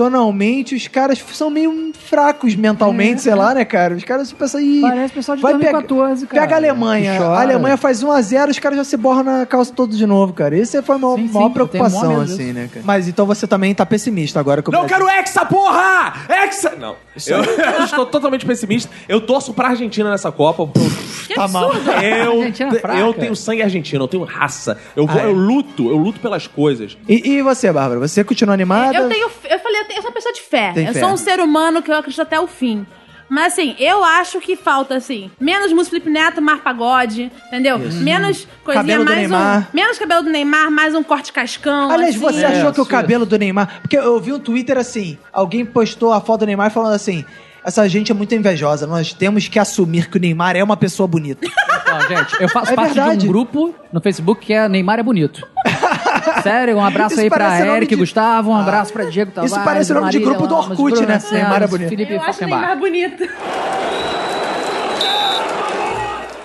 A: emocionalmente, os caras são meio fracos mentalmente, sei lá, né, cara? Os caras pensam, ih,
C: É. Parece pessoal de
A: vai
C: 2014,
A: pega
C: cara.
A: a Alemanha.
C: Chora.
A: A Alemanha faz 1x0, os caras já se borram na calça todo de novo, cara. Isso foi a maior,
C: Sim, sim,
A: maior
C: eu tenho
A: preocupação,
C: maior medo
A: assim,
C: disso.
A: né, cara? Mas então você também tá pessimista agora que o
B: Não
A: Brasil...
B: quero Hexa, porra! Hexa! Não. Eu, [LAUGHS] eu estou totalmente pessimista. Eu torço pra Argentina nessa Copa.
A: [LAUGHS]
D: Que
A: Tá
D: absurdo.
B: Eu,
C: Argentina é fraca.
B: eu tenho sangue argentino, eu tenho raça. Eu, vou,
A: Ah, é.
B: eu luto, eu luto pelas coisas.
A: E, e você, Bárbara? Você continua animada?
D: Eu tenho. Eu falei, eu, tenho- eu sou uma pessoa de fé.
A: Tem
D: eu
A: fé.
D: sou um ser humano que eu acredito até o fim. Mas assim, eu acho que falta, assim, menos música Felipe Neto, Mar Pagode, entendeu? Uhum. Menos coisinha,
A: Cabelo do
D: mais
A: Neymar.
D: um. Menos cabelo do Neymar, mais um corte cascão.
A: Aliás,
D: assim.
A: você
C: É,
A: achou que o
C: absurdo.
A: cabelo do Neymar. Porque eu vi um Twitter assim: alguém postou a foto do Neymar falando assim. Essa gente é muito invejosa. Nós temos que assumir que o Neymar é uma pessoa bonita.
C: Então, gente, eu faço
A: É
C: parte de
A: verdade.
C: um grupo no Facebook que é Neymar
A: [LAUGHS]
C: é Bonito. Sério, um abraço
A: Isso
C: aí pra
A: parece nome
C: Eric
A: de-
C: Gustavo, um
A: Ah.
C: abraço pra Diego Tavares.
A: Isso parece o nome de
C: Marília
A: grupo do
C: Lamas,
A: Orkut,
C: Bruno
A: né?
C: Nascimento,
A: Neymar é Bonito.
C: Felipe
D: Eu acho o Neymar
C: Falkenbach.
D: bonito.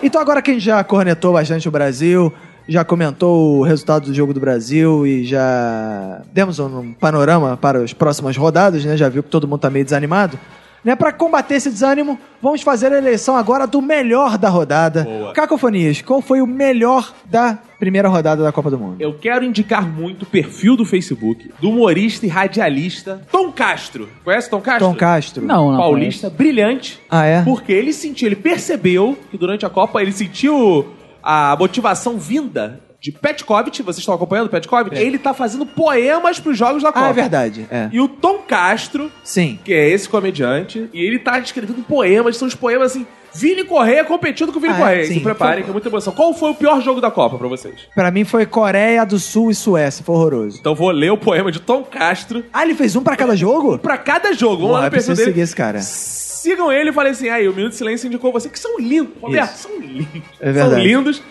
A: então, agora que a gente já cornetou bastante o Brasil, já comentou o resultado do jogo do Brasil e já demos um panorama para as próximas rodadas, né? Já viu que todo mundo tá meio desanimado. Né, para combater esse desânimo, vamos fazer a eleição agora do melhor da rodada.
B: Boa.
A: Cacofonias, qual foi o melhor da primeira rodada da Copa do Mundo?
B: Eu quero indicar muito o perfil do Facebook do humorista e radialista Tom Castro. Conhece Tom Castro?
A: Tom Castro. é
C: Não, não.
B: Paulista, brilhante.
A: Ah, é?
B: Porque ele sentiu, ele percebeu que durante a Copa ele sentiu a motivação vinda de Petkovic. Vocês estão acompanhando o Petkovic? Ele tá fazendo poemas pros jogos da Copa.
A: É. Ah, é verdade. É.
B: E o Tom Castro,
A: Sim.
B: que é esse comediante, e ele tá escrevendo poemas, são os poemas assim. Vini Correia competindo com o Vini
A: Ah, é?
B: Correia.
A: Sim.
B: Se preparem, que é muita emoção. Qual foi o pior jogo da Copa pra vocês?
A: Pra mim foi Coreia do Sul e Suécia. Foi horroroso.
B: Então vou ler o poema de Tom Castro
A: Ah, ele fez um pra cada jogo?
B: pra cada jogo. Vamos
A: Porra,
B: um lá no
A: eu
B: perfil
A: preciso
B: dele.
A: seguir esse cara.
B: Sigam ele e falem assim: aí, o Minuto de Silêncio indicou você, que são lindos. Roberto,
A: Isso.
B: são lindos.
A: É verdade.
B: São lindos.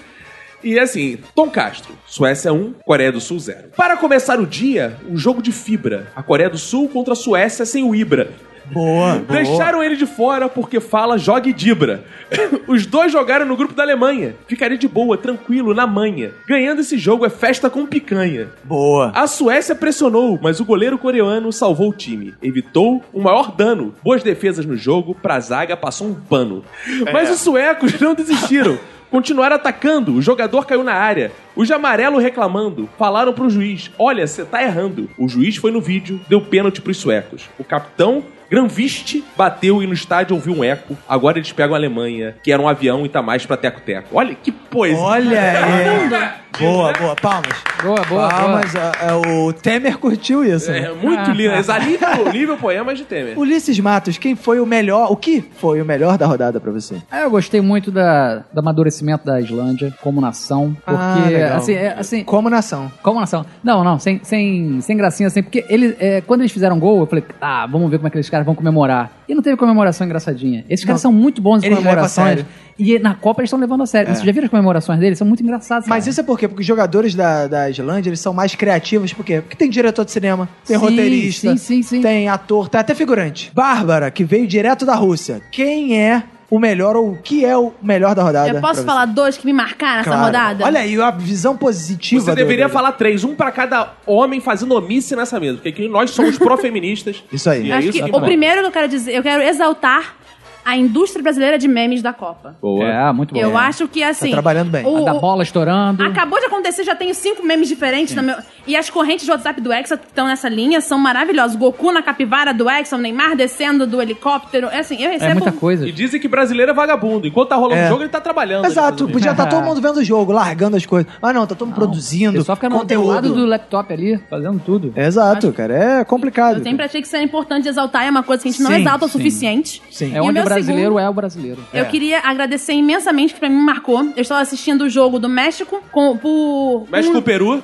B: E assim, Tom Castro, Suécia 1, Coreia do Sul 0. Para começar o dia, um jogo de fibra. A Coreia do Sul contra a Suécia sem o Ibra.
A: Boa, boa.
B: Deixaram ele de fora porque fala jogue Dibra. [LAUGHS] Os dois jogaram no grupo da Alemanha. Ficaria de boa, tranquilo, na manha. Ganhando esse jogo é festa com picanha. [LAUGHS]
A: Boa.
B: A Suécia pressionou, mas o goleiro coreano salvou o time. Evitou o maior dano. Boas defesas no jogo, pra zaga passou um pano.
A: É.
B: Mas os suecos não desistiram. Continuaram atacando, o jogador caiu na área. Os de amarelo reclamando, falaram pro juiz: Olha, você tá errando. O juiz foi no vídeo, deu pênalti pros suecos. O capitão, Granviste, bateu e no estádio ouviu um eco. Agora eles pegam a Alemanha, que era um avião e tá mais pra teco-teco. Olha que poesia.
A: Olha aí. Boa, boa. Palmas.
C: Boa, boa, boa.
A: Palmas. Ah, ah, o Temer curtiu isso. né?
B: É muito
A: [LAUGHS]
B: lindo. Exalível, nível poemas de Temer.
A: Ulisses Matos, quem foi o melhor? O que foi o melhor da rodada pra você?
C: Ah, Eu gostei muito da, do amadurecimento da Islândia como nação, porque,
A: Ah, legal.
C: assim, é, assim,
A: Como nação.
C: Como nação? Não, não, sem, sem, sem gracinha, assim, porque eles, é, quando eles fizeram gol, eu falei, ah, vamos ver como é que esses caras vão comemorar. E não teve comemoração engraçadinha. Esses caras são muito bons em
A: Eles levam a
C: comemorações.
A: sério. É.
C: E na Copa eles estão levando a sério. Vocês já viram as comemorações deles? São muito engraçadas.
A: Mas
C: cara.
A: isso é por quê? Porque os jogadores da, da Islândia, eles são mais criativos. Por quê? Porque tem diretor de cinema, tem
C: Sim,
A: roteirista, tá
C: sim, sim, sim.
A: tem ator, tem até figurante. Bárbara, que veio direto da Rússia. Quem é o melhor ou o que é o melhor da rodada.
D: Eu posso
A: pra
D: falar dois que me marcaram
A: você.
D: nessa
A: Claro.
D: rodada?
A: Olha aí, a visão positiva.
B: Você
A: do-
B: deveria
A: do-
B: falar três, um pra cada homem fazendo omice nessa mesa, porque aqui nós somos pró-feministas.
A: [LAUGHS] Isso aí.
B: E é
D: Acho
B: isso
D: que
B: que
D: o
B: importa.
D: primeiro que eu quero dizer, eu quero exaltar a indústria brasileira de memes da Copa.
C: É, muito bom.
D: Eu acho que assim.
A: Tá trabalhando bem.
C: A
D: o-
C: da bola estourando.
D: Acabou de acontecer, já tenho cinco memes diferentes no meu. E as correntes de WhatsApp do Hexa que estão nessa linha são maravilhosas. Goku na capivara do Hexa, o Neymar descendo do helicóptero. É assim, eu
C: É
D: recebo.
C: muita coisa.
B: E dizem que brasileiro é vagabundo. Enquanto tá rolando o
A: É.
B: jogo, ele tá trabalhando.
A: Exato,
B: Ele fazendo
A: podia estar todo mundo vendo o jogo, largando as coisas. Mas não, tá todo mundo produzindo.
C: Só fica no do
A: conteúdo.
C: lado do laptop ali, fazendo tudo.
A: Exato, cara, é complicado.
D: Eu sempre achei que isso era importante de exaltar, é uma coisa que a gente não
A: Sim,
D: exalta o
C: sim.
D: suficiente.
A: Sim.
D: E
C: É onde
D: meu
C: o brasileiro
D: segundo-
C: é o brasileiro.
D: Eu queria agradecer imensamente, que pra mim me marcou. Eu estava assistindo o jogo do México com, por.
B: México-Peru.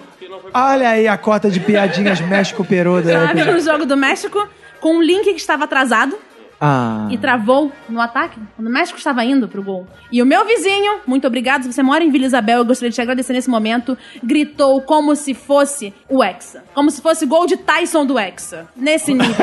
A: Olha aí a cota de piadinhas [LAUGHS] México-Peru.
D: um, [LAUGHS]
A: da-
D: sabe, no jogo do México, com um link que estava atrasado.
A: Ah.
D: e travou no ataque quando o México estava indo pro gol. E o meu vizinho, muito obrigado, se você mora em Vila Isabel, eu gostaria de te agradecer nesse momento, gritou como se fosse o Hexa. Como se fosse gol de Tyson do Hexa.
A: [LAUGHS]
D: Nesse nível.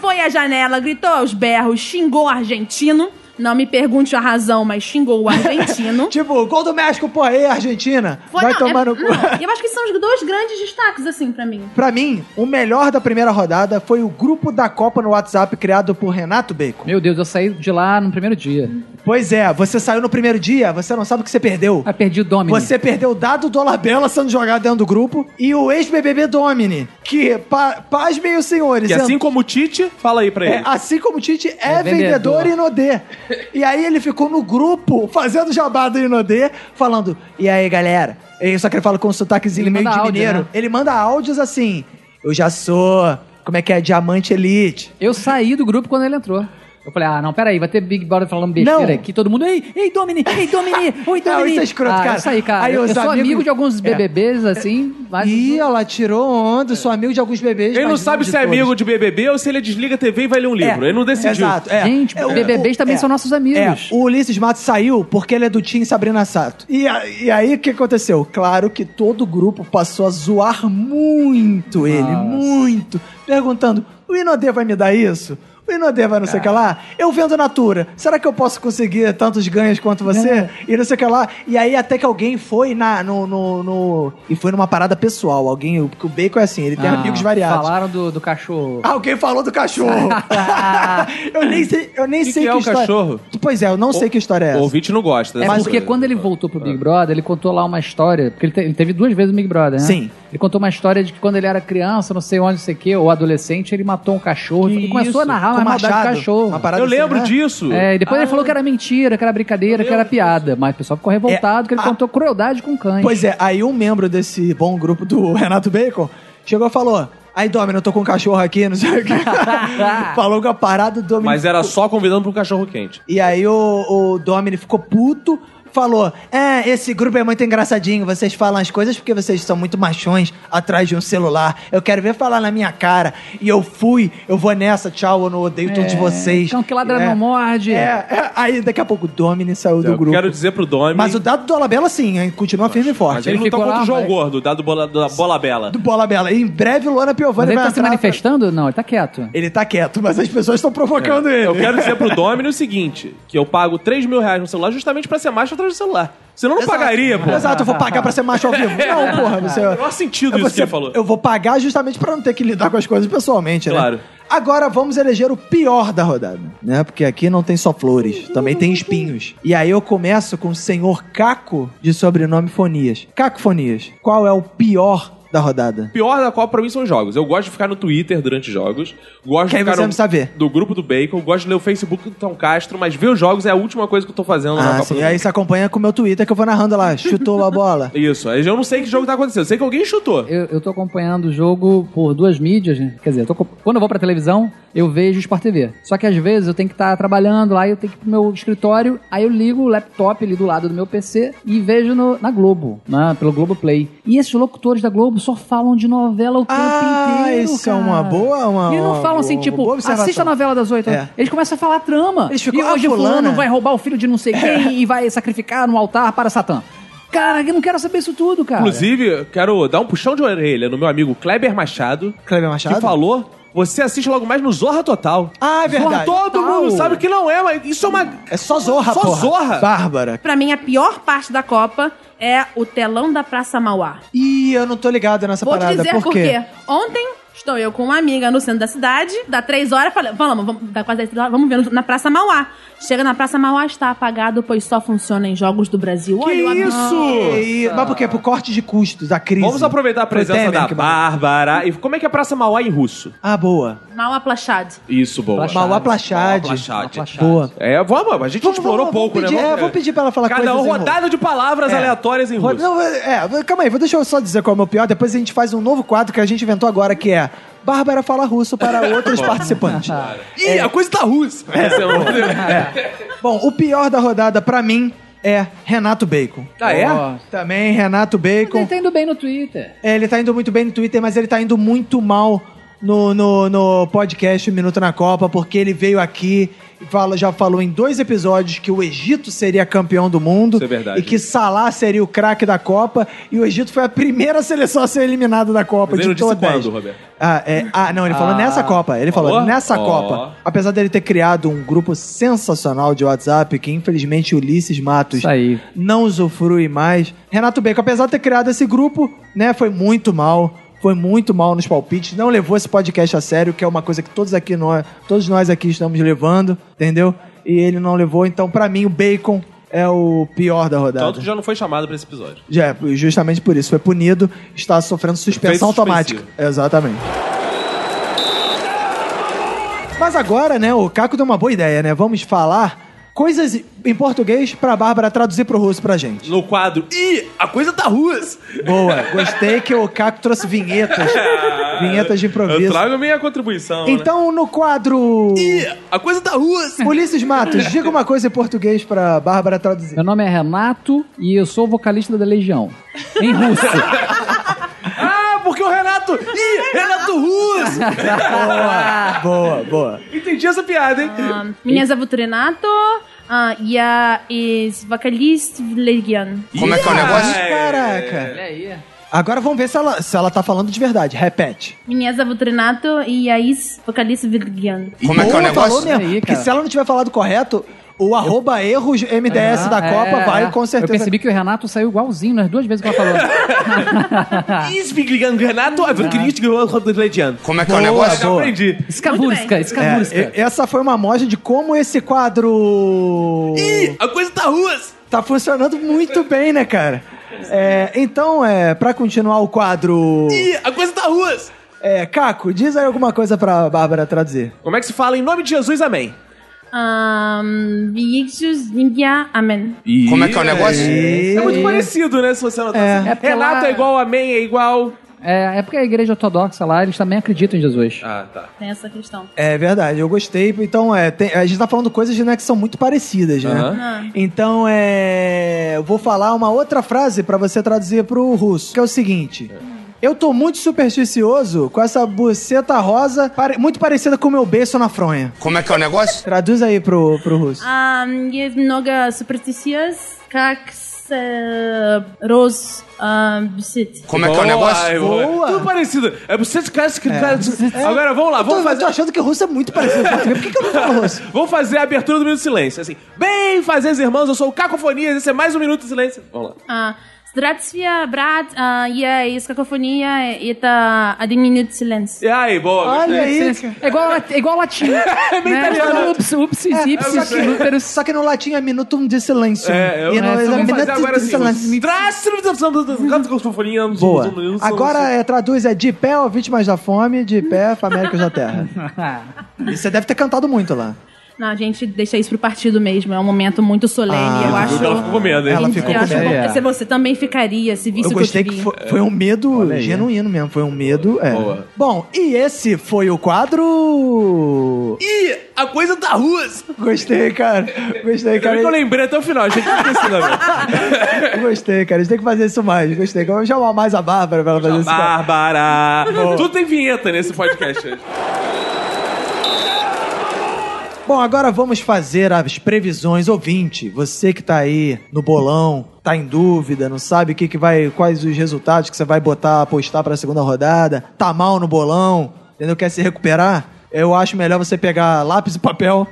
D: Foi à janela, gritou aos berros, xingou o argentino. Não me pergunte a razão, mas xingou o argentino.
A: Tipo, gol do México, pô, aí, Argentina. [LAUGHS]
D: Foi-
A: vai
D: não,
A: tomar
D: é-
A: no cu.
D: não, eu acho que são os dois grandes destaques, assim, pra mim.
A: [LAUGHS] Pra mim, o melhor da primeira rodada foi o grupo da Copa no WhatsApp criado por Renato Bacon.
C: Meu Deus, eu saí de lá no primeiro dia.
A: Pois é, você saiu no primeiro dia, você não sabe o que você perdeu.
C: Ah, perdi o Domini.
A: Você perdeu o dado do Olabella sendo jogado dentro do grupo e o ex-BBB Domini, que, pa, pasmem os senhores,
B: Que
A: entrou-
B: assim como o Tite, fala aí pra ele.
A: É, assim como o Tite é,
C: É
A: vendedor,
C: vendedor.
A: e Inodê. E aí ele ficou no grupo fazendo jabá do Inodê, falando: E aí, galera? E só que ele fala com um sotaquezinho
C: Ele
A: meio de
C: manda áudio,
A: mineiro.
C: né?
A: Ele manda áudios assim: Eu já sou. Como é que é? Diamante Elite.
C: Eu saí do grupo quando ele entrou. Eu falei, ah, não, peraí, vai ter Big Brother falando besteira
A: Não.
C: aqui, todo mundo, ei, ei, Domini, ei, Domini,
A: [LAUGHS]
C: oi,
A: Não,
C: Domini.
A: isso é escroto,
C: ah,
A: cara.
C: Isso aí, cara.
A: Aí
C: eu
A: os
C: sou amigo
A: amigos-
C: de alguns
A: É.
C: BBBs, assim, mas...
A: Ih, ela tirou onda, sou amigo de alguns bebês.
B: Ele não
A: mas
B: sabe
A: de
B: se é
A: todos.
B: amigo de BBB ou se ele desliga a TV e vai ler um livro. Ele não decidiu.
A: É. Exato, é.
C: Gente,
A: É, o-
C: BBBs também são nossos amigos.
A: É, o Ulisses Matos saiu porque ele é do Tim Sabrina Sato. E, a- e aí o que aconteceu? Claro que todo o grupo passou a zoar muito ele, muito. Perguntando: o Inodê vai me dar isso? O Inodê vai não sei o que lá? Eu vendo Natura. Será que eu posso conseguir tantos ganhos quanto você?
C: É.
A: E não sei o que lá. E aí até que alguém foi na, no, no- no- E foi numa parada pessoal. Alguém. Porque o Bacon é assim, ele tem
C: Ah,
A: amigos variados. Ah,
C: Falaram do, do
A: [LAUGHS]
C: cachorro.
A: Alguém falou do cachorro. [LAUGHS] eu nem sei, eu nem
B: Que
A: sei
B: que é o
A: história-
B: cachorro?
A: Pois é, eu não sei que história é
B: O
A: essa.
B: ouvinte não gosta.
C: É
B: dessas
C: porque
B: coisas.
C: quando ele voltou pro Big Brother, ele contou lá uma história, porque ele, te- ele teve duas vezes o Big Brother, né?
A: Sim.
C: Ele contou uma história de que quando ele era criança, não sei onde, não sei o quê, ou adolescente, ele matou um cachorro
B: Que
C: e começou a
B: isso?
C: narrar
A: Com
C: uma maldade do
A: machado.
C: cachorro.
A: uma parada
B: Eu
A: assim,
B: lembro
A: né?
B: disso.
C: É, e
A: Ah.
C: depois ele falou que era mentira, que era brincadeira, que era piada. Mas o pessoal ficou revoltado que ele
A: É, a-
C: contou crueldade com cães.
A: Pois é, aí um membro desse bom grupo do [LAUGHS] Renato Bacon chegou e falou: Aí, Domino, eu tô com um cachorro aqui, não sei o que. falou com a parada do Domino.
B: Mas era só convidando pra um cachorro quente.
A: E aí o, o Domini ficou puto, falou: É, esse grupo é muito engraçadinho, vocês falam as coisas porque vocês são muito machões atrás de um celular. Eu quero ver falar na minha cara. E eu fui, eu vou nessa, tchau, eu não odeio todos vocês.
C: Cão É, então que ladra
A: É,
C: não morde.
A: É, é. aí daqui a pouco o Domini saiu do
B: Eu
A: grupo.
B: quero dizer pro Domi.
A: Mas o dado do Alabella sim, hein? Continua firme e
B: mas
A: forte.
B: ele, não
C: ele
B: tá
C: ficou
B: contra
C: lá,
B: o João
C: mas-
B: Gordo, dado bola, da bola bela.
A: Do Bola Bela. Em breve, Luana
C: Mas
A: Piovani
C: ele
A: vai
C: tá se
A: entrar pra-
C: manifestando? Não, ele tá quieto.
A: Ele tá quieto, mas as pessoas estão provocando ele.
B: É, Eu quero dizer pro Domino o seguinte: que eu pago 3 mil reais no celular justamente pra ser macho atrás do celular. Senão eu não pagaria, pô.
A: Exato, eu vou pagar pra ser macho ao
B: [LAUGHS]
A: vivo. Não, porra, É você.
B: Não faz sentido
A: Eu
B: isso
A: vou
B: que
A: ser-
B: ele falou.
A: Eu vou pagar justamente pra não ter que lidar com as coisas pessoalmente, né?
B: Claro.
A: Agora vamos eleger o pior da rodada, né? Porque aqui não tem só flores, também tem espinhos. E aí eu começo com o senhor Caco, de sobrenome Fonias. Caco Fonias, qual é o pior da rodada?
B: O pior da Copa pra mim são os jogos. Eu gosto de ficar no Twitter durante os jogos. Gosto
A: Que aí
B: de ficar
A: você
B: no,
A: não sabe ver.
B: do grupo do Bacon. Gosto de ler o Facebook do Tom Castro, mas ver os jogos é a última coisa que eu tô fazendo na
A: Ah,
B: Copa.
A: sim.
B: do
A: E aí você acompanha com o meu Twitter que eu vou narrando lá. Chutou a
B: [LAUGHS]
A: bola.
B: Isso, aí eu não sei que jogo tá acontecendo. Eu sei que alguém chutou.
A: É.
C: Eu, eu tô acompanhando o jogo por duas mídias, né? Quer dizer, eu tô co- quando eu vou pra televisão, eu vejo Sport TV. Só que às vezes eu tenho que estar trabalhando lá, eu tenho que ir pro meu escritório, aí eu ligo o laptop ali do lado do meu PC e vejo no- na Globo, né? Pelo Globo Play. E esses locutores da Globo só falam de novela o tempo
A: Ah,
C: inteiro.
A: isso é
C: cara.
A: uma boa- uma-
C: E eles
A: uma
C: não falam assim,
A: boa-
C: tipo,
A: boa observação.
C: assista a novela das oito. né?
A: É.
C: Eles começam a falar trama.
A: Eles ficam,
C: e
A: "Ah,
C: hoje
A: fulana." É.
C: fulano vai roubar o filho de não sei
A: [LAUGHS]
C: quem e vai sacrificar no altar para Satã. Cara, eu não quero saber isso tudo, cara.
B: Inclusive, quero dar um puxão de orelha no meu amigo Kleber Machado,
A: Kleber
B: que
A: Machado?
B: falou você assiste logo mais no Zorra Total.
A: Ah, é verdade.
B: Todo mundo sabe que não é, mas isso é uma.
A: É só zorra,
B: Só
A: porra.
B: zorra.
A: Bárbara.
D: Pra mim, a pior parte da Copa é o telão da Praça Mauá.
A: Ih, eu não tô ligado nessa
D: Vou
A: parada.
D: te dizer
A: por quê?
D: Ontem estou eu com uma amiga no centro da cidade, dá três horas, falei, vamos, vamos, dá quase 10 horas, vamos ver na Praça Mauá. Chega na Praça Mauá, está apagado, pois só funciona em jogos do Brasil.
B: Que
D: Olha o abismo.
B: isso?
A: E- mas por quê? Por corte de custos, a crise.
B: Vamos aproveitar a presença
A: Pro Temer,
B: da
A: que maravilha.
B: Bárbara. E como é que é a Praça Mauá em russo?
A: Ah, boa.
D: Mauá Plachado.
B: Isso, boa.
C: Plachade.
A: Mauá Plachade.
B: Mauá Plachade.
A: Boa.
B: É, vamos, a gente explorou pouco,
A: pedir,
B: né?
A: É, vou pedir pra ela falar
B: Cada
A: coisas
B: um
A: em russo.
B: rodada de palavras
A: É.
B: aleatórias em
A: Ro-
B: russo.
A: Não, é, é, calma aí, vou deixar eu só dizer qual é o meu pior, depois a gente faz um novo quadro que a gente inventou agora, que é Bárbara fala russo
B: [LAUGHS]
A: para outros participantes.
B: Ih, a coisa tá russa. [LAUGHS] Essa é uma-
A: Bom, o pior da rodada pra mim é Renato Bacon.
B: Ah, é?
C: Ó.
A: Também Renato
C: Ele
A: Bacon.
C: tá indo bem no Twitter.
A: É, ele tá indo muito bem no Twitter, mas ele tá indo muito mal no, no, no podcast Um Minuto na Copa, porque ele veio aqui e fala, já falou em dois episódios que o Egito seria campeão do mundo.
B: Isso é verdade.
A: E que Salah seria o craque da Copa. E o Egito foi a primeira seleção a ser eliminada da Copa
B: Mas ele
A: de
B: não disse
A: todas.
B: quando, Roberto?
A: Ah, é- ah, não, ele falou
C: Ah.
A: nessa Copa. Ele falou
B: Falou?
A: nessa
B: Ó.
A: Copa. Apesar dele ter criado um grupo sensacional de WhatsApp, que infelizmente Ulisses Matos
C: Isso aí.
A: não usufrui mais. Renato Bacon, apesar de ter criado esse grupo, né, foi muito mal. Foi muito mal nos palpites, não levou esse podcast a sério, que é uma coisa que todos aqui nós, todos nós aqui estamos levando, entendeu? E ele não levou, então pra mim o Bacon é o pior da rodada.
B: Tanto que já não foi chamado pra esse episódio.
A: Já, justamente por isso, foi punido, está sofrendo suspensão
B: Fez suspensivo.
A: automática. Exatamente. Mas agora, né, o Caco deu uma boa ideia, né? Vamos falar coisas em português pra Bárbara traduzir pro russo pra gente.
B: No quadro. Ih, a coisa tá russa.
A: Boa, gostei que o Caco trouxe
F: [LAUGHS]
A: vinhetas. vinhetas de
B: Eu
A: improviso.
B: trago É, minha contribuição. né?
A: Então, no quadro.
B: Ih, a coisa tá russa.
A: Ulisses Matos, diga uma coisa em português pra Bárbara traduzir.
C: Meu nome é Renato e eu sou vocalista da Legião. Em russo.
B: Ah, porque o Renato. Ih, Renato russo.
A: Boa, boa, boa.
B: Entendi essa piada, hein?
C: Ah,
D: Меня зовут Renato, ah, я из вокалист Legion.
F: Como é que é o negócio?
B: Ai,
A: Caraca.
C: Olha aí.
A: Agora vamos ver se ela, se ela tá falando de verdade. Repete.
D: Меня зовут Renato e я из vocalista Legion.
F: Como é que é o
A: Boa,
F: negócio?
A: Falou mesmo.
C: Isso aí,
A: porque
C: cara.
A: se ela não tiver falado correto, o arroba erros MDS da
C: Ah,
A: Copa
C: é,
A: vai
C: é.
A: com certeza.
C: Eu percebi que o Renato saiu igualzinho nas duas vezes que ela [LAUGHS] falou. tá.
B: Isbigligando Renato, ah, a Vergricht ganhou o Legiano.
F: Como é que é o
A: Boa,
F: negócio?
B: Já
A: boa.
B: aprendi.
C: Escavurska, escavurska.
A: É, e- essa foi uma amostra de como esse quadro
B: Ih, a coisa tá russa.
A: tá funcionando muito bem, né, cara? É, então, é, para continuar o quadro,
B: Ih, a coisa tá russa.
A: é, Caco, diz aí alguma coisa pra Bárbara traduzir.
B: Como é que se fala em nome de Jesus, amém?
D: Um, Viixus India, amém.
F: Como é que é o negócio?
B: É muito
A: E-
B: parecido, né? Se você não
A: É.
C: É porque
B: Renato
C: lá-
B: é igual, amém é igual.
C: É, é porque a igreja ortodoxa lá, eles também acreditam em Jesus.
B: Ah, tá.
D: Tem essa questão.
A: É verdade, eu gostei. Então, é, tem- a gente tá falando coisas né, que são muito parecidas, né?
B: Aham.
D: Ah.
A: Então, é. Eu vou falar uma outra frase pra você traduzir pro russo, que é o seguinte. Eu tô muito supersticioso com essa buceta rosa, pare- muito parecida com o meu beiço na fronha.
F: Como é que é o negócio?
A: Traduz aí pro, pro russo.
B: Ah,
D: Um, есть много superstitious, как с э, роз э, бесит.
F: Como é que é o negócio?
A: Boa.
B: Tudo parecido. É você de cara, que cara.
C: É.
B: Agora vamos lá,
A: Eu tô,
B: vamos
A: eu tô
B: fazer.
A: achando que o russo é muito parecido com o português. Por que, que eu não falo russo?
B: [LAUGHS] Vamos fazer a abertura do Minuto de Silêncio. Assim, bem fazer, irmãos, eu sou o Cacofonias, esse é mais um Minuto de Silêncio. Vamos lá.
D: А, Здравствуйте, брат, а, я из какофония, это один минут silence.
B: E aí, boa.
A: Olha
B: gostei.
A: aí, cara.
C: É igual, a- é igual ao latim. [LAUGHS] é
B: bem italiano.
C: Ups, ups, ipsis,
A: É, Só que-
C: úteros.
A: Só que no latim é minutum de silêncio.
B: É, eu
A: e no
C: é,
A: é,
C: vamos
B: Vamos fazer
A: minutum
B: agora
A: de
B: assim.
A: silêncio. Boa.
B: um assim.
A: Agora é, traduz, é de pé ou vítimas da fome, de pé, faméricos da
D: [LAUGHS]
A: terra. E você deve ter cantado muito lá.
D: Não, a gente deixa isso pro partido mesmo, é um momento muito
A: Ah,
D: solene, eu acho...
B: Ela ficou com medo, hein?
A: Ela
D: Eu
A: ficou com
D: acho
A: medo.
D: bom.
C: É.
D: Se você também ficaria, se visse
A: Eu
D: o
A: gostei
D: eu te
A: que
D: vi.
A: foi, foi um medo genuíno mesmo, foi um medo. É.
B: Boa.
A: Bom, e esse foi o quadro.
B: Ih, a coisa tá russa.
A: Gostei, cara. Gostei,
B: Cara, que eu
A: cara.
B: lembrei até o final, achei que tinha esquecido agora.
A: Gostei, cara. A gente tem que fazer isso mais. Gostei. Vamos chamar mais a Bárbara pra ela fazer isso.
B: Bárbara. [LAUGHS] Tudo tem vinheta nesse podcast hoje.
A: Bom, agora vamos fazer as previsões. Ouvinte, você que tá aí no bolão, tá em dúvida, não sabe o que, que vai, quais os resultados que você vai botar, apostar pra segunda rodada, tá mal no bolão, entendeu? Quer se recuperar? Eu acho melhor você pegar lápis e papel,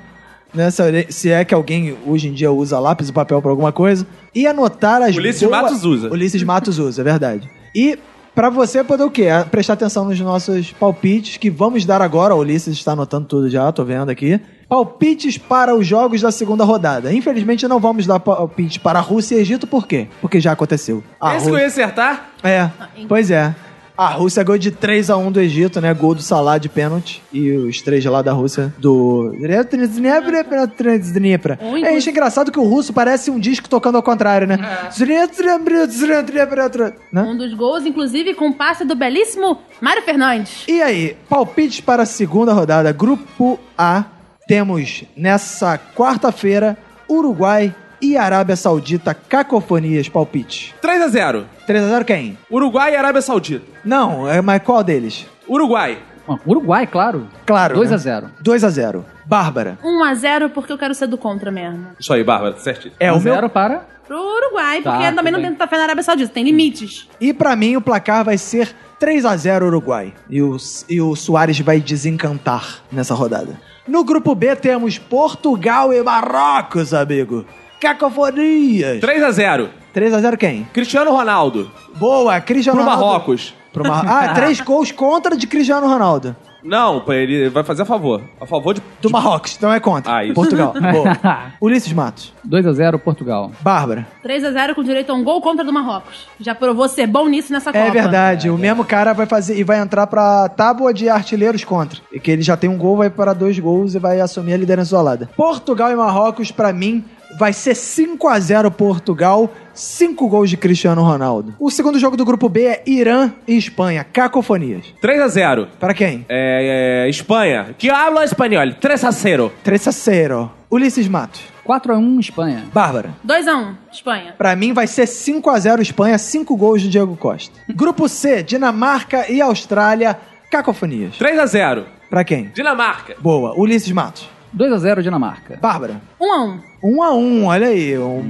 A: né? Se, se é que alguém hoje em dia usa lápis e papel pra alguma coisa. E anotar as
B: Ulisses Matos usa.
A: Ulisses Matos usa, é verdade. E pra você poder o quê? Prestar atenção nos nossos palpites que vamos dar agora. O Ulisses está anotando tudo já, tô vendo aqui. Palpites para os jogos da segunda rodada. Infelizmente não vamos dar palpite para a Rússia e Egito, por quê? Porque já aconteceu. A
B: Esse que eu ia acertar?
A: é,
D: em-
A: pois é. A Rússia ganhou de 3 a 1 do Egito, né? Gol do Salah de pênalti e os três lá da Rússia do
D: Ou
A: É isso, é engraçado que o russo parece um disco tocando ao contrário, né? Né?
D: Um dos gols, inclusive, com o passe do belíssimo Mário Fernandes.
A: E aí, palpites para a segunda rodada, grupo A. Temos nessa quarta-feira Uruguai e Arábia Saudita, cacofonias palpite.
B: 3x0.
A: 3 a 0 quem?
B: Uruguai e Arábia Saudita.
A: Não, é, mas qual deles?
B: Uruguai.
C: Bom, Uruguai, claro.
A: Claro.
C: 2 a
A: né?
C: 0
A: 2 a 0. Bárbara.
D: 1x0, porque eu quero ser do contra mesmo.
B: Isso aí, Bárbara, tá certinho.
A: É o meu.
C: 0 para...
D: Pro Uruguai,
C: Tá,
D: porque também não
C: tudo
D: tem tanta fé na Arábia Saudita, tem limites.
A: E pra mim o placar vai ser 3 a 0 Uruguai. E o, e o Soares vai desencantar nessa rodada. No grupo B temos Portugal e Marrocos, amigo. Cacofonias.
B: 3x0.
A: 3 a 0 quem?
B: Cristiano Ronaldo.
A: Boa, Cristiano
B: Pro
A: Ronaldo.
B: Marrocos.
A: Pro Mar...
B: [LAUGHS]
A: Ah, três gols contra de Cristiano Ronaldo.
B: Não, pô, ele vai fazer a favor. A favor de.
A: Do Marrocos, então é contra.
B: Ah, isso. [LAUGHS]
A: Portugal. Boa. Ulisses Matos.
C: 2 a 0 Portugal.
A: Bárbara.
D: 3x0 com direito a um gol contra do Marrocos. Já provou ser bom nisso nessa Copa.
A: É verdade, o mesmo cara vai fazer e vai entrar pra tábua de artilheiros contra. E que ele já tem um gol, vai para dois gols e vai assumir a liderança isolada. Portugal e Marrocos, pra mim, vai ser 5 a 0 Portugal, cinco gols de Cristiano Ronaldo. O segundo jogo do grupo B é Irã e Espanha, cacofonias.
B: 3x0.
A: Pra quem?
B: É, é, Espanha. Que habla espanhol. 3x0.
A: 3 a 0. Ulisses Matos.
C: 4 a 1 Espanha.
A: Bárbara.
D: 2x1, Espanha.
A: Pra mim vai ser 5 a 0 Espanha, cinco gols de Diego Costa. Grupo C, Dinamarca e Austrália, cacofonias.
B: 3x0.
A: Pra quem?
B: Dinamarca.
A: Boa, Ulisses Matos.
C: 2 a 0 Dinamarca.
A: Bárbara.
D: 1x1.
A: Um a um, olha aí. um-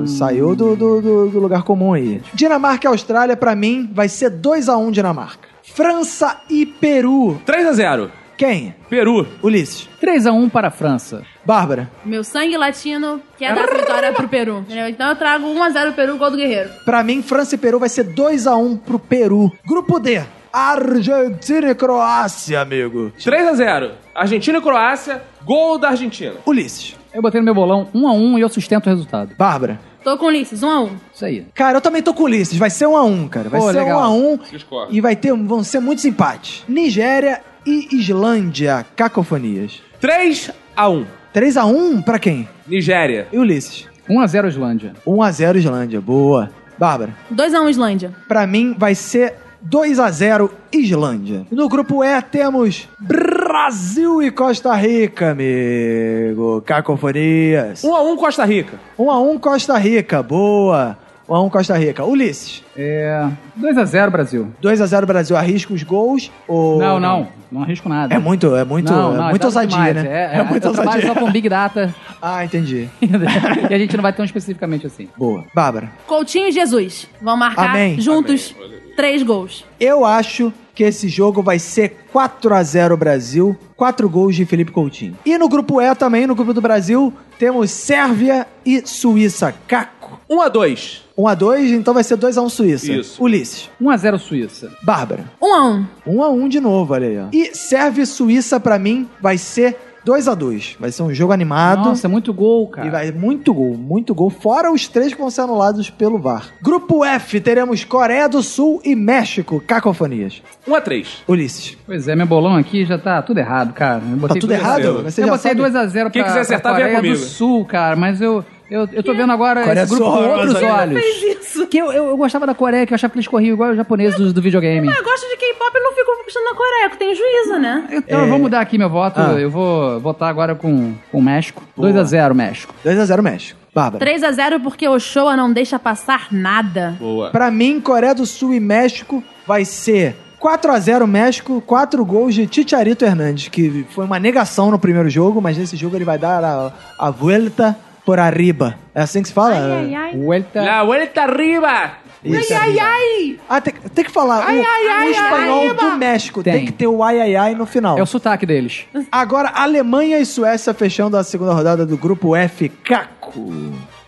A: um- Saiu do, do- do- do lugar comum aí. Dinamarca e Austrália, pra mim, vai ser 2 a 1 um Dinamarca. França e Peru.
B: 3x0.
A: Quem?
B: Peru.
A: Ulisses.
C: 3 a 1 para a França.
A: Bárbara.
D: Meu sangue latino quer dar essa vitória pro Peru. entendeu? Então eu trago 1x0 Peru, gol do Guerreiro.
A: Pra mim, França e Peru vai ser 2 a 1 um pro Peru. Grupo D. Argentina e Croácia, amigo.
B: 3x0. Argentina e Croácia. Gol da Argentina.
A: Ulisses.
C: Eu botei no meu bolão 1 a 1 e eu sustento o resultado.
A: Bárbara.
D: Tô com o Ulisses, 1x1.
C: Isso aí.
A: Cara, eu também tô com o Ulisses. Vai ser 1 um a 1 um, cara. Vai
C: Pô,
A: ser 1 um
C: legal.
A: a 1 um,
B: Discordo.
A: e vai ter, vão ser muitos empates. Nigéria e Islândia. Cacofonias.
B: 3x1.
A: 3 a 1 pra quem?
B: Nigéria.
A: E Ulisses?
C: 1 a 0 Islândia.
A: 1 a 0 Islândia, boa. Bárbara,
D: 2x1, Islândia.
A: pra mim vai ser 2 a 0 Islândia. No grupo E temos Brasil e Costa Rica, amigo. Cacofonias.
B: 1x1 Costa Rica.
A: 1 a 1 Costa Rica, boa. 1 a 1 Costa Rica. Ulisses,
C: É, 2 a 0 Brasil.
A: 2 a 0 Brasil, arrisca os gols ou
C: Não, não, não arrisco nada.
A: É muito, é muito,
C: Não,
A: é
C: não,
A: muito
C: tá
A: ousadia,
C: demais,
A: né? [LAUGHS]
C: É, é, muito eu trabalho só com Big Data [LAUGHS]
A: Ah, entendi.
C: e a gente não vai ter um especificamente assim.
A: Boa. Bárbara.
D: Coutinho e Jesus vão marcar
A: Amém.
D: juntos três gols.
A: Eu acho que esse jogo vai ser 4 a 0 Brasil, 4 gols de Felipe Coutinho. E no grupo E também, no grupo do Brasil, temos Sérvia e Suíça. Caco.
B: 1x2.
A: 1 a 2, então vai ser 2 a 1 Suíça.
B: Isso.
A: Ulisses,
C: 1 a 0 Suíça.
A: Bárbara.
D: 1x1.
A: 1 a 1 de novo, olha aí, ó. E Sérvia e Suíça pra mim vai ser 2 a 2. Vai ser um jogo animado.
C: Nossa, é muito gol,
A: E
C: cara.
A: vai muito gol, muito gol, fora os três que vão ser anulados pelo VAR. Grupo F, teremos Coreia do Sul e México, cacofonias.
B: 1x3.
A: Ulisses.
C: Pois é, meu bolão aqui já tá tudo errado, cara. Eu
A: Tá
C: botei
A: tudo
C: dois a
A: errado?
C: zero.
A: Você
C: eu
A: já
C: botei
A: sabe?
C: 2x0 pra,
B: Quem quiser acertar,
C: pra
B: venha
C: Coreia do
B: comigo.
C: Sul, cara, mas eu, eu, eu tô vendo agora
A: Coreia
C: esse grupo
A: do Sul,
C: com outros
A: mas
C: olhos.
D: isso.
C: Que eu, eu, eu gostava da Coreia, que eu achava que eles corriam igual os japoneses do, do videogame.
D: Ah, Eu gosto de K-pop e não fico puxando na Coreia, que tem juízo, né?
C: Então eu vou mudar aqui meu voto.
A: Ah.
C: Eu vou votar agora com, com o México. 2x0 México.
A: 2x0 México. Bárbara.
D: 3x0 porque o Showa não deixa passar nada.
B: Boa.
A: Pra mim, Coreia do Sul e México vai ser 4x0 México, 4 gols de Titiarito Hernandes, que foi uma negação no primeiro jogo, mas nesse jogo ele vai dar a, a vuelta por arriba. É assim que se fala?
D: Ai, ai, ai.
C: Vuelta.
B: La vuelta arriba.
A: Isso é
D: ai, ai,
A: bizarro.
D: ai.
A: Ah, tem, tem que falar
D: Ai,
A: o,
D: ai,
A: o
D: ai,
A: espanhol
D: ai,
A: do
D: eba.
A: México. Tem.
C: Tem.
A: que ter o ai, ai, ai no final.
C: É o sotaque deles.
A: Agora, Alemanha e Suécia fechando a segunda rodada do grupo F. Caco.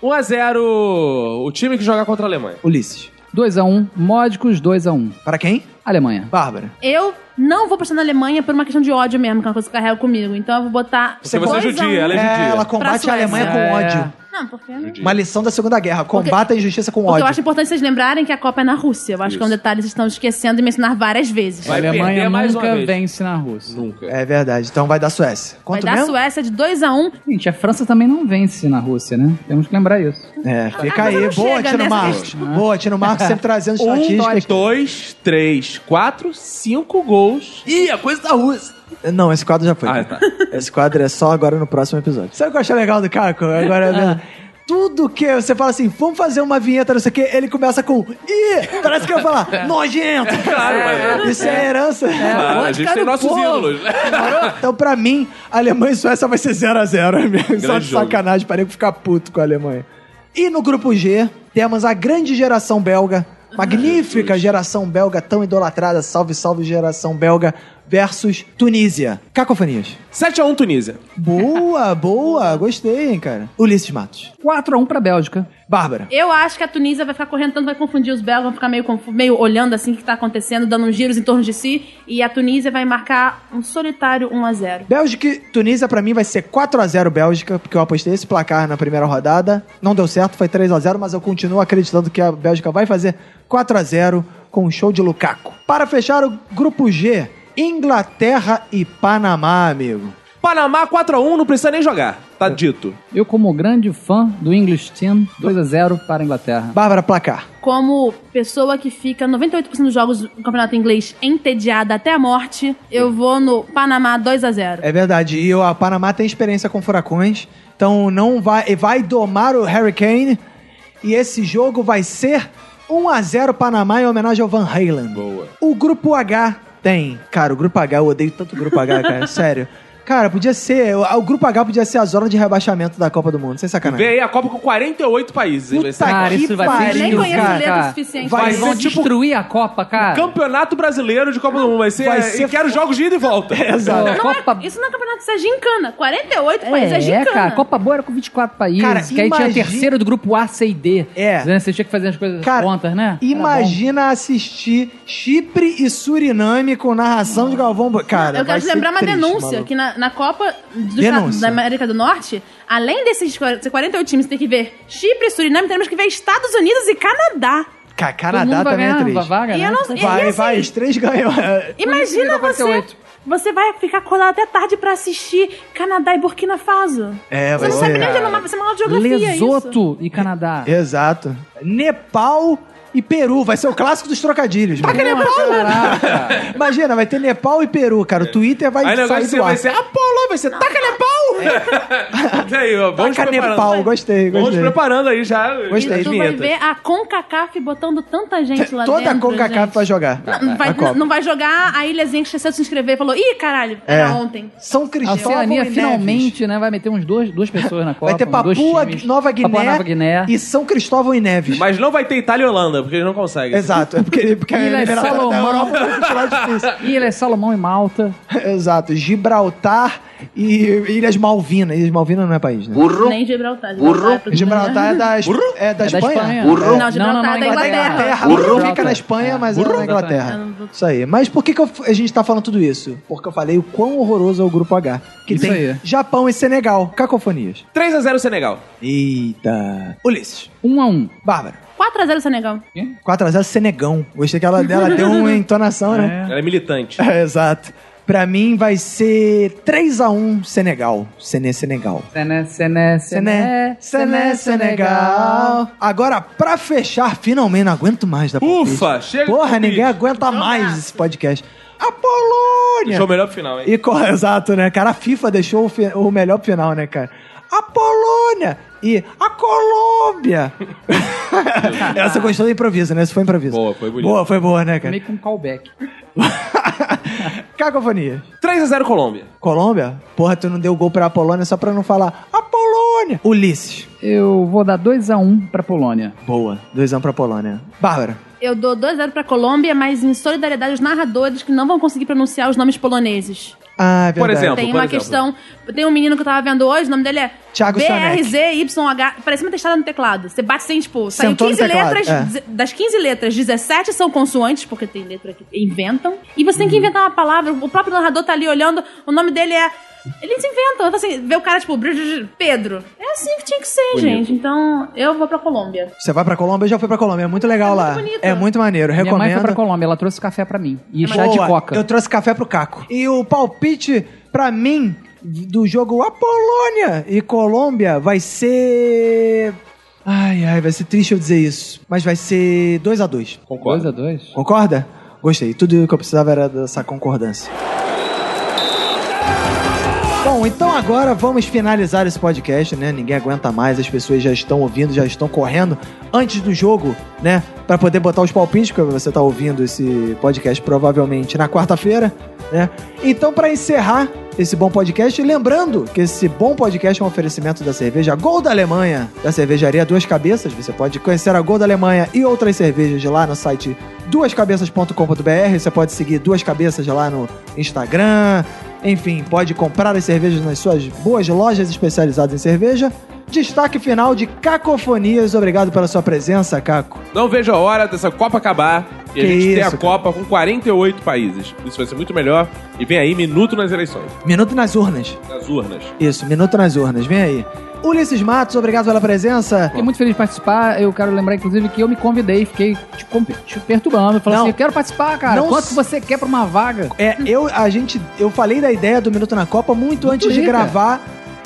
B: 1x0 o time que joga contra a Alemanha.
A: Ulisses.
C: 2x1, módicos 2x1.
A: Para quem?
C: Alemanha.
A: Bárbara.
D: Eu não vou postar na Alemanha por uma questão de ódio mesmo, que é uma coisa que eu carrego comigo. Então eu vou botar.
B: Porque você é
D: dois a
B: judia,
D: um.
B: ela é
A: É,
B: judia.
A: ela combate a
D: Pra
A: Alemanha
D: Suécia.
A: com
C: É.
A: ódio.
D: Não, porque. Porque
A: Uma lição da Segunda Guerra. Combate a injustiça com ódio.
D: eu acho importante vocês lembrarem que a Copa é na Rússia. Eu acho que é um detalhe que vocês estão esquecendo de mencionar várias vezes.
C: A
B: Vai
C: Alemanha
B: perder mais uma
C: nunca
B: vez.
C: vence na Rússia.
B: Nunca.
A: É verdade. Então vai dar Suécia.
D: Vai
A: Quanto
D: dar
A: mesmo?
D: Suécia de 2x1. Um.
C: Gente, a França também não vence na Rússia, né? Temos que lembrar isso.
A: É, fica
D: Ah,
A: aí.
D: não
A: Boa,
D: chega
A: Tino
D: nessa Um
A: Marcos. Boa, Tino Marcos sempre trazendo
D: [LAUGHS]
A: estatísticas.
B: Um, Dois, três, quatro, cinco gols. Ih, a coisa da Rússia.
A: Não, esse quadro já foi.
B: Ah, tá.
A: Esse quadro é só agora no próximo episódio. Sabe o que eu acho legal do Caco? Agora né? Tudo que você fala assim, vamos fazer uma vinheta, não sei o quê, ele começa com Ih! Parece que eu ia [LAUGHS] falar, nojento!
B: Claro, mas...
A: Isso é herança.
B: Ah, a gente tem nossos ídolos. [LAUGHS]
A: Então, pra mim, Alemanha e Suécia vai ser 0x0. Só de
B: Grande jogo.
A: sacanagem, parei que ficar puto com a Alemanha. E no grupo G, temos a grande geração belga, magnífica geração belga, tão idolatrada, salve, salve geração belga, versus Tunísia. Cacofonias.
B: 7x1 Tunísia.
A: Boa, boa, gostei, hein, cara. Ulisses Matos.
C: 4x1 pra Bélgica.
A: Bárbara.
D: Eu acho que a Tunísia vai ficar correndo tanto, vai confundir os belgas, vão ficar meio, confu- meio olhando assim o que tá acontecendo, dando uns giros em torno de si. E a Tunísia vai marcar um solitário 1x0.
A: Bélgica e Tunísia, pra mim, vai ser 4x0 Bélgica, porque eu apostei esse placar na primeira rodada. Não deu certo, foi 3x0, mas eu continuo acreditando que a Bélgica vai fazer 4x0 com um show de Lukaku. Para fechar o grupo G, Inglaterra e Panamá, amigo.
B: Panamá 4x1, não precisa nem jogar. Tá dito.
C: Eu, como grande fã do English Team, 2x0 para a Inglaterra.
A: Bárbara, placar.
D: Como pessoa que fica 98% dos jogos do campeonato inglês entediada até a morte, eu vou no Panamá 2x0.
A: É verdade, e o a Panamá tem experiência com furacões, então não vai, e vai domar o Hurricane, e esse jogo vai ser 1x0 Panamá em homenagem ao Van Halen.
B: Boa.
A: O grupo H tem. Cara, o grupo H, eu odeio tanto o grupo H, cara, [LAUGHS] sério. Cara, podia ser. O, o grupo H podia ser a zona de rebaixamento da Copa do Mundo, sem
B: Vem
A: sacanagem.
B: aí a Copa com 48 países.
A: É.
B: é
A: Puta
B: Vai ser a
A: que
C: Cara, isso vai ser
A: pariu,
D: nem
C: lindo,
D: conheço
C: cara.
D: letra o suficiente.
A: Vai
C: Eles vão
B: ser tipo-
C: destruir a Copa, cara.
B: Campeonato Brasileiro de Copa do Mundo. Vai ser.
A: Vai
B: Vai
A: ser
B: E quero jogos de ida e
A: [LAUGHS]
B: volta.
A: Exato.
C: Pô, Copa...
D: Isso não é campeonato, isso é gincana. 48 países é
C: É,
D: gincana.
C: cara, Copa Boa era com 24 países.
A: Cara,
C: que aí tinha a
A: imagina-
C: terceira do grupo A, C e D.
A: É.
C: Né, Você tinha que fazer as coisas
A: Cara,
C: contas, né? Era bom.
A: Imagina assistir Chipre e Suriname com narração de Galvão. Bueno. Cara,
D: Eu
A: vai
D: quero te
A: ser
D: lembrar uma
A: triste,
D: denúncia,
A: maluco.
D: que na, na Copa do
A: Denúncia.
D: Estado- da América do Norte, além desses 40 48 times, tem que ver Chipre, Suriname, teremos que ver Estados Unidos e Canadá.
A: Cara,
C: Todo mundo
A: Canadá
C: vai
A: também é
C: ganhar a
A: triste.
C: vaga,
D: E
C: né?
D: eu não- e-
A: Vai,
D: assim,
A: vai, os três ganham. é
D: Imagina
C: Por isso que
D: você...
C: ele
D: Você vai ficar acordado até tarde pra assistir Canadá e Burkina Faso.
A: É,
D: Você
A: vai
D: não sabe nem
A: ser.
D: onde é no mapa, você é uma aula de geografia, isso.
C: Lesoto e Canadá.
A: Exato. Nepal e Peru. Vai ser o clássico dos trocadilhos.
D: Tá
A: mano.
C: Caraca.
A: Imagina, vai ter Nepal e Peru, cara. O Twitter vai
B: É. Aí
A: sair
B: o negócio
A: do
B: é vai,
A: ar.
B: vai ser Apolo, vai ser Taca
A: [LAUGHS]
D: É.
B: Nepal! Daí, ó, vamos
A: Taca
B: preparando.
A: Nepal, gostei,
B: Vamos
A: gostei.
B: preparando aí já.
A: Gostei.
B: as
D: Então, Tu vai
B: vinhetas.
D: ver a CONCACAF botando tanta gente lá
A: É, Toda a
D: dentro,
A: CONCACAF
D: gente.
A: vai jogar.
D: Não, não, vai,
A: na Copa.
D: não vai jogar a ilhazinha que esqueceu de se inscrever e falou, ih, caralho,
A: É.
D: era ontem.
A: São
C: A
A: Cristóvão e
C: Oceania
A: Neves.
C: finalmente né, vai meter uns dois, duas pessoas na Copa.
A: Vai ter
C: uns dois
A: Papua,
C: times.
A: Nova Guiné,
C: Papua Nova Guiné.
A: e São Cristóvão e Neves.
B: Mas não vai ter Itália e Holanda, porque eles não conseguem.
A: Exato. É porque, porque a
C: Ilha
A: eliminatória da
C: Salomão.
A: Europa vai continuar difícil.
C: E ele é Salomão e Malta.
A: Exato. Gibraltar e Ilhas Malvinas. Ilhas Malvinas não é país, né?
D: Nem Gibraltar. Gibraltar. é pro-
A: Gibraltar é da, es- é da
C: É da
A: Espanha.
C: Espanha.
G: Burro.
D: Não, Gibraltar é da
A: É da Inglaterra.
C: Burro.
A: Burro. Fica na Espanha,
C: É.
A: mas é
C: Burro.
A: na Inglaterra.
D: Burro.
A: Isso aí. Mas por que, que eu- a gente tá falando tudo isso? Porque eu falei o quão horroroso é o grupo H. Que
C: Isso
A: tem
C: aí.
A: Japão e Senegal. Cacofonias.
B: 3x0 Senegal.
A: Eita. Ulisses.
C: Um a um.
A: Bárbara.
D: 4x0 Senegal.
A: 4x0 Senegão. Gostei que ela, ela deu uma entonação, né?
B: Ela é militante.
A: [LAUGHS] É, exato. Pra mim vai ser 3x1 Senegal. Sené, Senegal.
C: Sené, Sené, Sené.
A: Sené, Senegal. Agora, pra fechar, finalmente, não aguento mais da
B: Ufa,
A: palpite.
B: chega de
A: Porra,
B: palpite.
A: ninguém aguenta mais esse podcast. A Polônia!
B: Deixou o melhor pro final, hein?
A: E co- [LAUGHS] exato, né, cara? A FIFA deixou o, fi- o melhor pro final, né, cara? A Polônia e a
B: [LAUGHS]
A: Colômbia. Essa gostou do improviso, né? Isso foi improviso.
B: Boa, foi bonito.
A: Boa, foi boa, né, [LAUGHS] cara?
C: Meio com um callback.
A: Cacofonia.
B: 3x0 Colômbia.
A: Colômbia? Porra, tu não deu gol pra Polônia só pra não falar a Polônia Polônia. Ulisses.
C: Eu vou dar 2x1 pra Polônia.
A: Boa. Dois anos pra Polônia. Bárbara.
D: Eu dou 2x0 pra Colômbia, mas em solidariedade aos narradores que não vão conseguir pronunciar os nomes poloneses.
A: Ah, é verdade.
B: Por exemplo.
D: Tem uma
B: exemplo.
D: questão. Tem um menino que eu tava vendo hoje, o nome dele é
A: Thiago Sonek.
D: BRZYH. Parece uma testada no teclado. Você bate sem expor. Saiu
A: Sentou no
D: 15
A: teclado,
D: letras.
A: é.
D: deze- Das 15 letras, 17 são consoantes, porque tem letra que inventam. E você tem
A: Uhum.
D: que inventar uma palavra. O próprio narrador tá ali olhando. O nome dele é. Eles inventam. Então, assim, vê o cara tipo. br- br- br- Pedro. É assim que tinha que ser, gente. Então, eu vou pra Colômbia.
A: Você vai pra Colômbia? Eu já fui pra Colômbia. É muito legal
D: É
A: lá.
D: muito bonito.
A: é muito maneiro.
C: Minha mãe
A: Recomendo.
C: foi pra Colômbia, ela trouxe café pra mim. E chá de
A: Boa.
C: coca.
A: Eu trouxe café pro Caco. E o palpite, pra mim, do jogo a Polônia e Colômbia vai ser. Ai, ai, vai ser triste eu dizer isso. Mas vai ser 2 a 2
B: Concordo.
C: 2x2?
A: Concorda? Gostei. Tudo que eu precisava era dessa concordância. Bom, então agora vamos finalizar esse podcast, né? Ninguém aguenta mais, as pessoas já estão ouvindo, já estão correndo antes do jogo, né? Pra poder botar os palpites, porque você tá ouvindo esse podcast provavelmente na quarta-feira, né? Então, pra encerrar esse bom podcast, lembrando que esse bom podcast é um oferecimento da cerveja Gol da Alemanha, da cervejaria Duas Cabeças. Você pode conhecer a Gol da Alemanha e outras cervejas lá no site duascabeças.com.br. Você pode seguir Duas Cabeças lá no Instagram, enfim, pode comprar as cervejas nas suas boas lojas especializadas em cerveja. Destaque final de Cacofonias. Obrigado pela sua presença, Caco.
B: Não vejo a hora dessa Copa acabar e a
A: Que
B: gente ter a
A: isso, cara.
B: Copa com 48 países. Isso vai ser muito melhor. E vem aí, minuto nas eleições,
A: Minuto nas urnas.
B: nas urnas.
A: Isso, minuto nas urnas. Vem aí. Ulisses Matos, obrigado pela presença.
C: Fiquei muito feliz de participar. Eu quero lembrar, inclusive, que eu me convidei, fiquei te, com- te perturbando. Falei
A: Não.
C: assim: eu quero participar, cara.
A: Não
C: Quanto
A: s-
C: você quer pra uma vaga?
A: É, eu, a gente, eu falei da ideia do Minuto na Copa muito
C: No
A: antes de
C: Twitter.
A: gravar.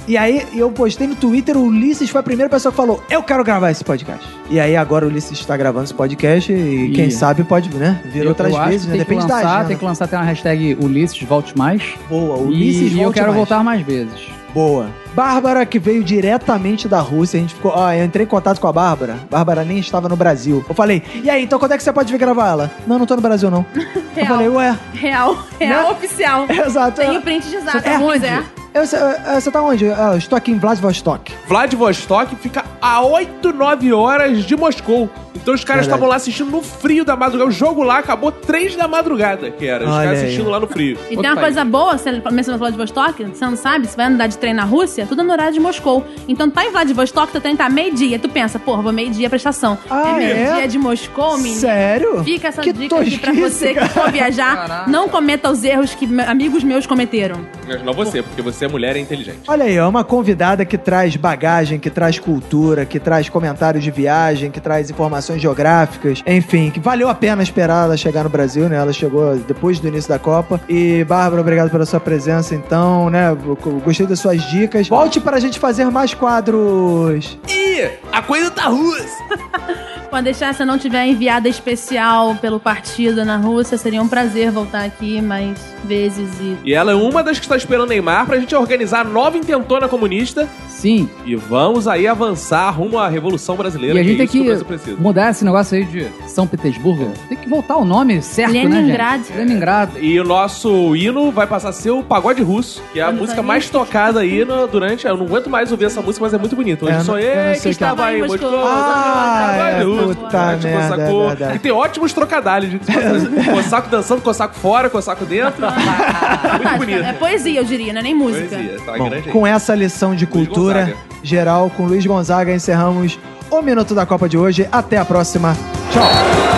A: E aí eu postei no Twitter, o Ulisses foi a primeira pessoa que falou, eu quero gravar esse podcast. E aí agora o Ulisses está gravando esse podcast e
C: Ih.
A: quem sabe pode, né, vir
C: Eu-
A: outras
C: eu acho
A: vezes,
C: que
A: né?
C: tem
A: Depende
C: que
A: da
C: lançar,
A: agenda.
C: Tem que lançar até uma hashtag Ulisses Volte Mais.
A: Boa,
C: E-
A: Ulisses
C: e eu
A: volte
C: quero
A: mais.
C: voltar mais vezes.
A: Boa. Bárbara, que veio diretamente da Rússia, a gente ficou. Ó, eu entrei em contato com a Bárbara. Bárbara nem estava no Brasil. Eu falei, e aí, então quando é que você pode vir gravar ela? Não, não tô no Brasil,
D: [LAUGHS]
A: não. Eu
D: Real.
A: falei, ué, [LAUGHS]
D: Real. Real
A: Né?
D: oficial.
A: exato.
D: Tem o print de exato,
A: Você tá
D: se
A: onde?
D: quiser.
A: Eu- Você eu- você tá onde? Ah, eu estou aqui em Vladivostok.
B: Vladivostok fica a 8, 9 horas de Moscou. Então os caras
A: Verdade.
B: estavam lá assistindo no frio da madrugada. O jogo lá acabou 3 da madrugada, que era. Os
A: Olha
B: caras
A: aí.
B: assistindo lá no frio.
D: E
C: Outro
D: tem uma
C: país.
D: coisa boa, você mencionou Vladivostok, você não sabe, você vai andar de trem na Rússia, tudo no horário de Moscou. Então tá em Vladivostok, teu trem tá meio-dia. Tu pensa, porra, vou meio-dia pra estação.
A: Ah,
D: é
A: é?
D: meio-dia de Moscou, menino?
A: Sério?
D: Fica essa
A: Que
D: dica aqui pra
A: tosquice,
D: você
A: cara.
D: que for viajar.
C: Caraca.
D: Não cometa os erros que me- amigos meus cometeram.
B: Mas não você, porque você é mulher e é inteligente.
A: Olha aí, é uma convidada que traz bagagem, que traz cultura, que traz comentários de viagem, que traz informações geográficas, enfim, que valeu a pena esperar ela chegar no Brasil, né? Ela chegou depois do início da Copa. E, Bárbara, obrigado pela sua presença, então, né? Eu Gostei das suas dicas. Volte para a gente fazer mais quadros.
B: Ih, a coisa tá russa.
D: Pode deixar, se eu não tiver enviada especial pelo partido na Rússia, seria um prazer voltar aqui mais vezes e.
B: E ela é uma das que está esperando Neymar pra gente organizar a nova intentona comunista.
C: Sim.
B: E vamos aí avançar rumo à Revolução Brasileira.
C: e a gente
B: é
C: tem
B: isso que o
C: que
B: Brasil precisa.
C: mudar esse negócio aí de São Petersburgo. Tem que voltar o nome certo, né,
D: Leningrado.
C: gente? Leningrado.
B: E o nosso hino vai passar a ser o pagode russo, que é a
D: Olha
B: música
D: aí.
B: mais tocada aí no- durante. Eu não aguento mais ouvir essa música, mas é muito bonita. Hoje
A: É,
B: só
A: eu não- eu não sei
B: eu que
A: que-
B: estava aí, Moscou.
D: Moscou.
A: Ah,
B: pagode
A: é,
B: russo,
A: puta
B: pagode
A: merda,
B: cossacô.
A: é verdade.
B: E tem ótimos trocadilhos. gente.
A: [LAUGHS]
B: Cossaco dançando, cossaco fora, cossaco dentro. [LAUGHS] muito
D: Fantástica.
B: bonito.
D: É poesia, eu diria, não é nem música.
B: Poesia, tá
A: Bom,
B: grande aí.
A: com essa lição de cultura
B: Gonzaga.
A: geral com Luiz Gonzaga, encerramos o Minuto da Copa de hoje. Até a próxima. Tchau.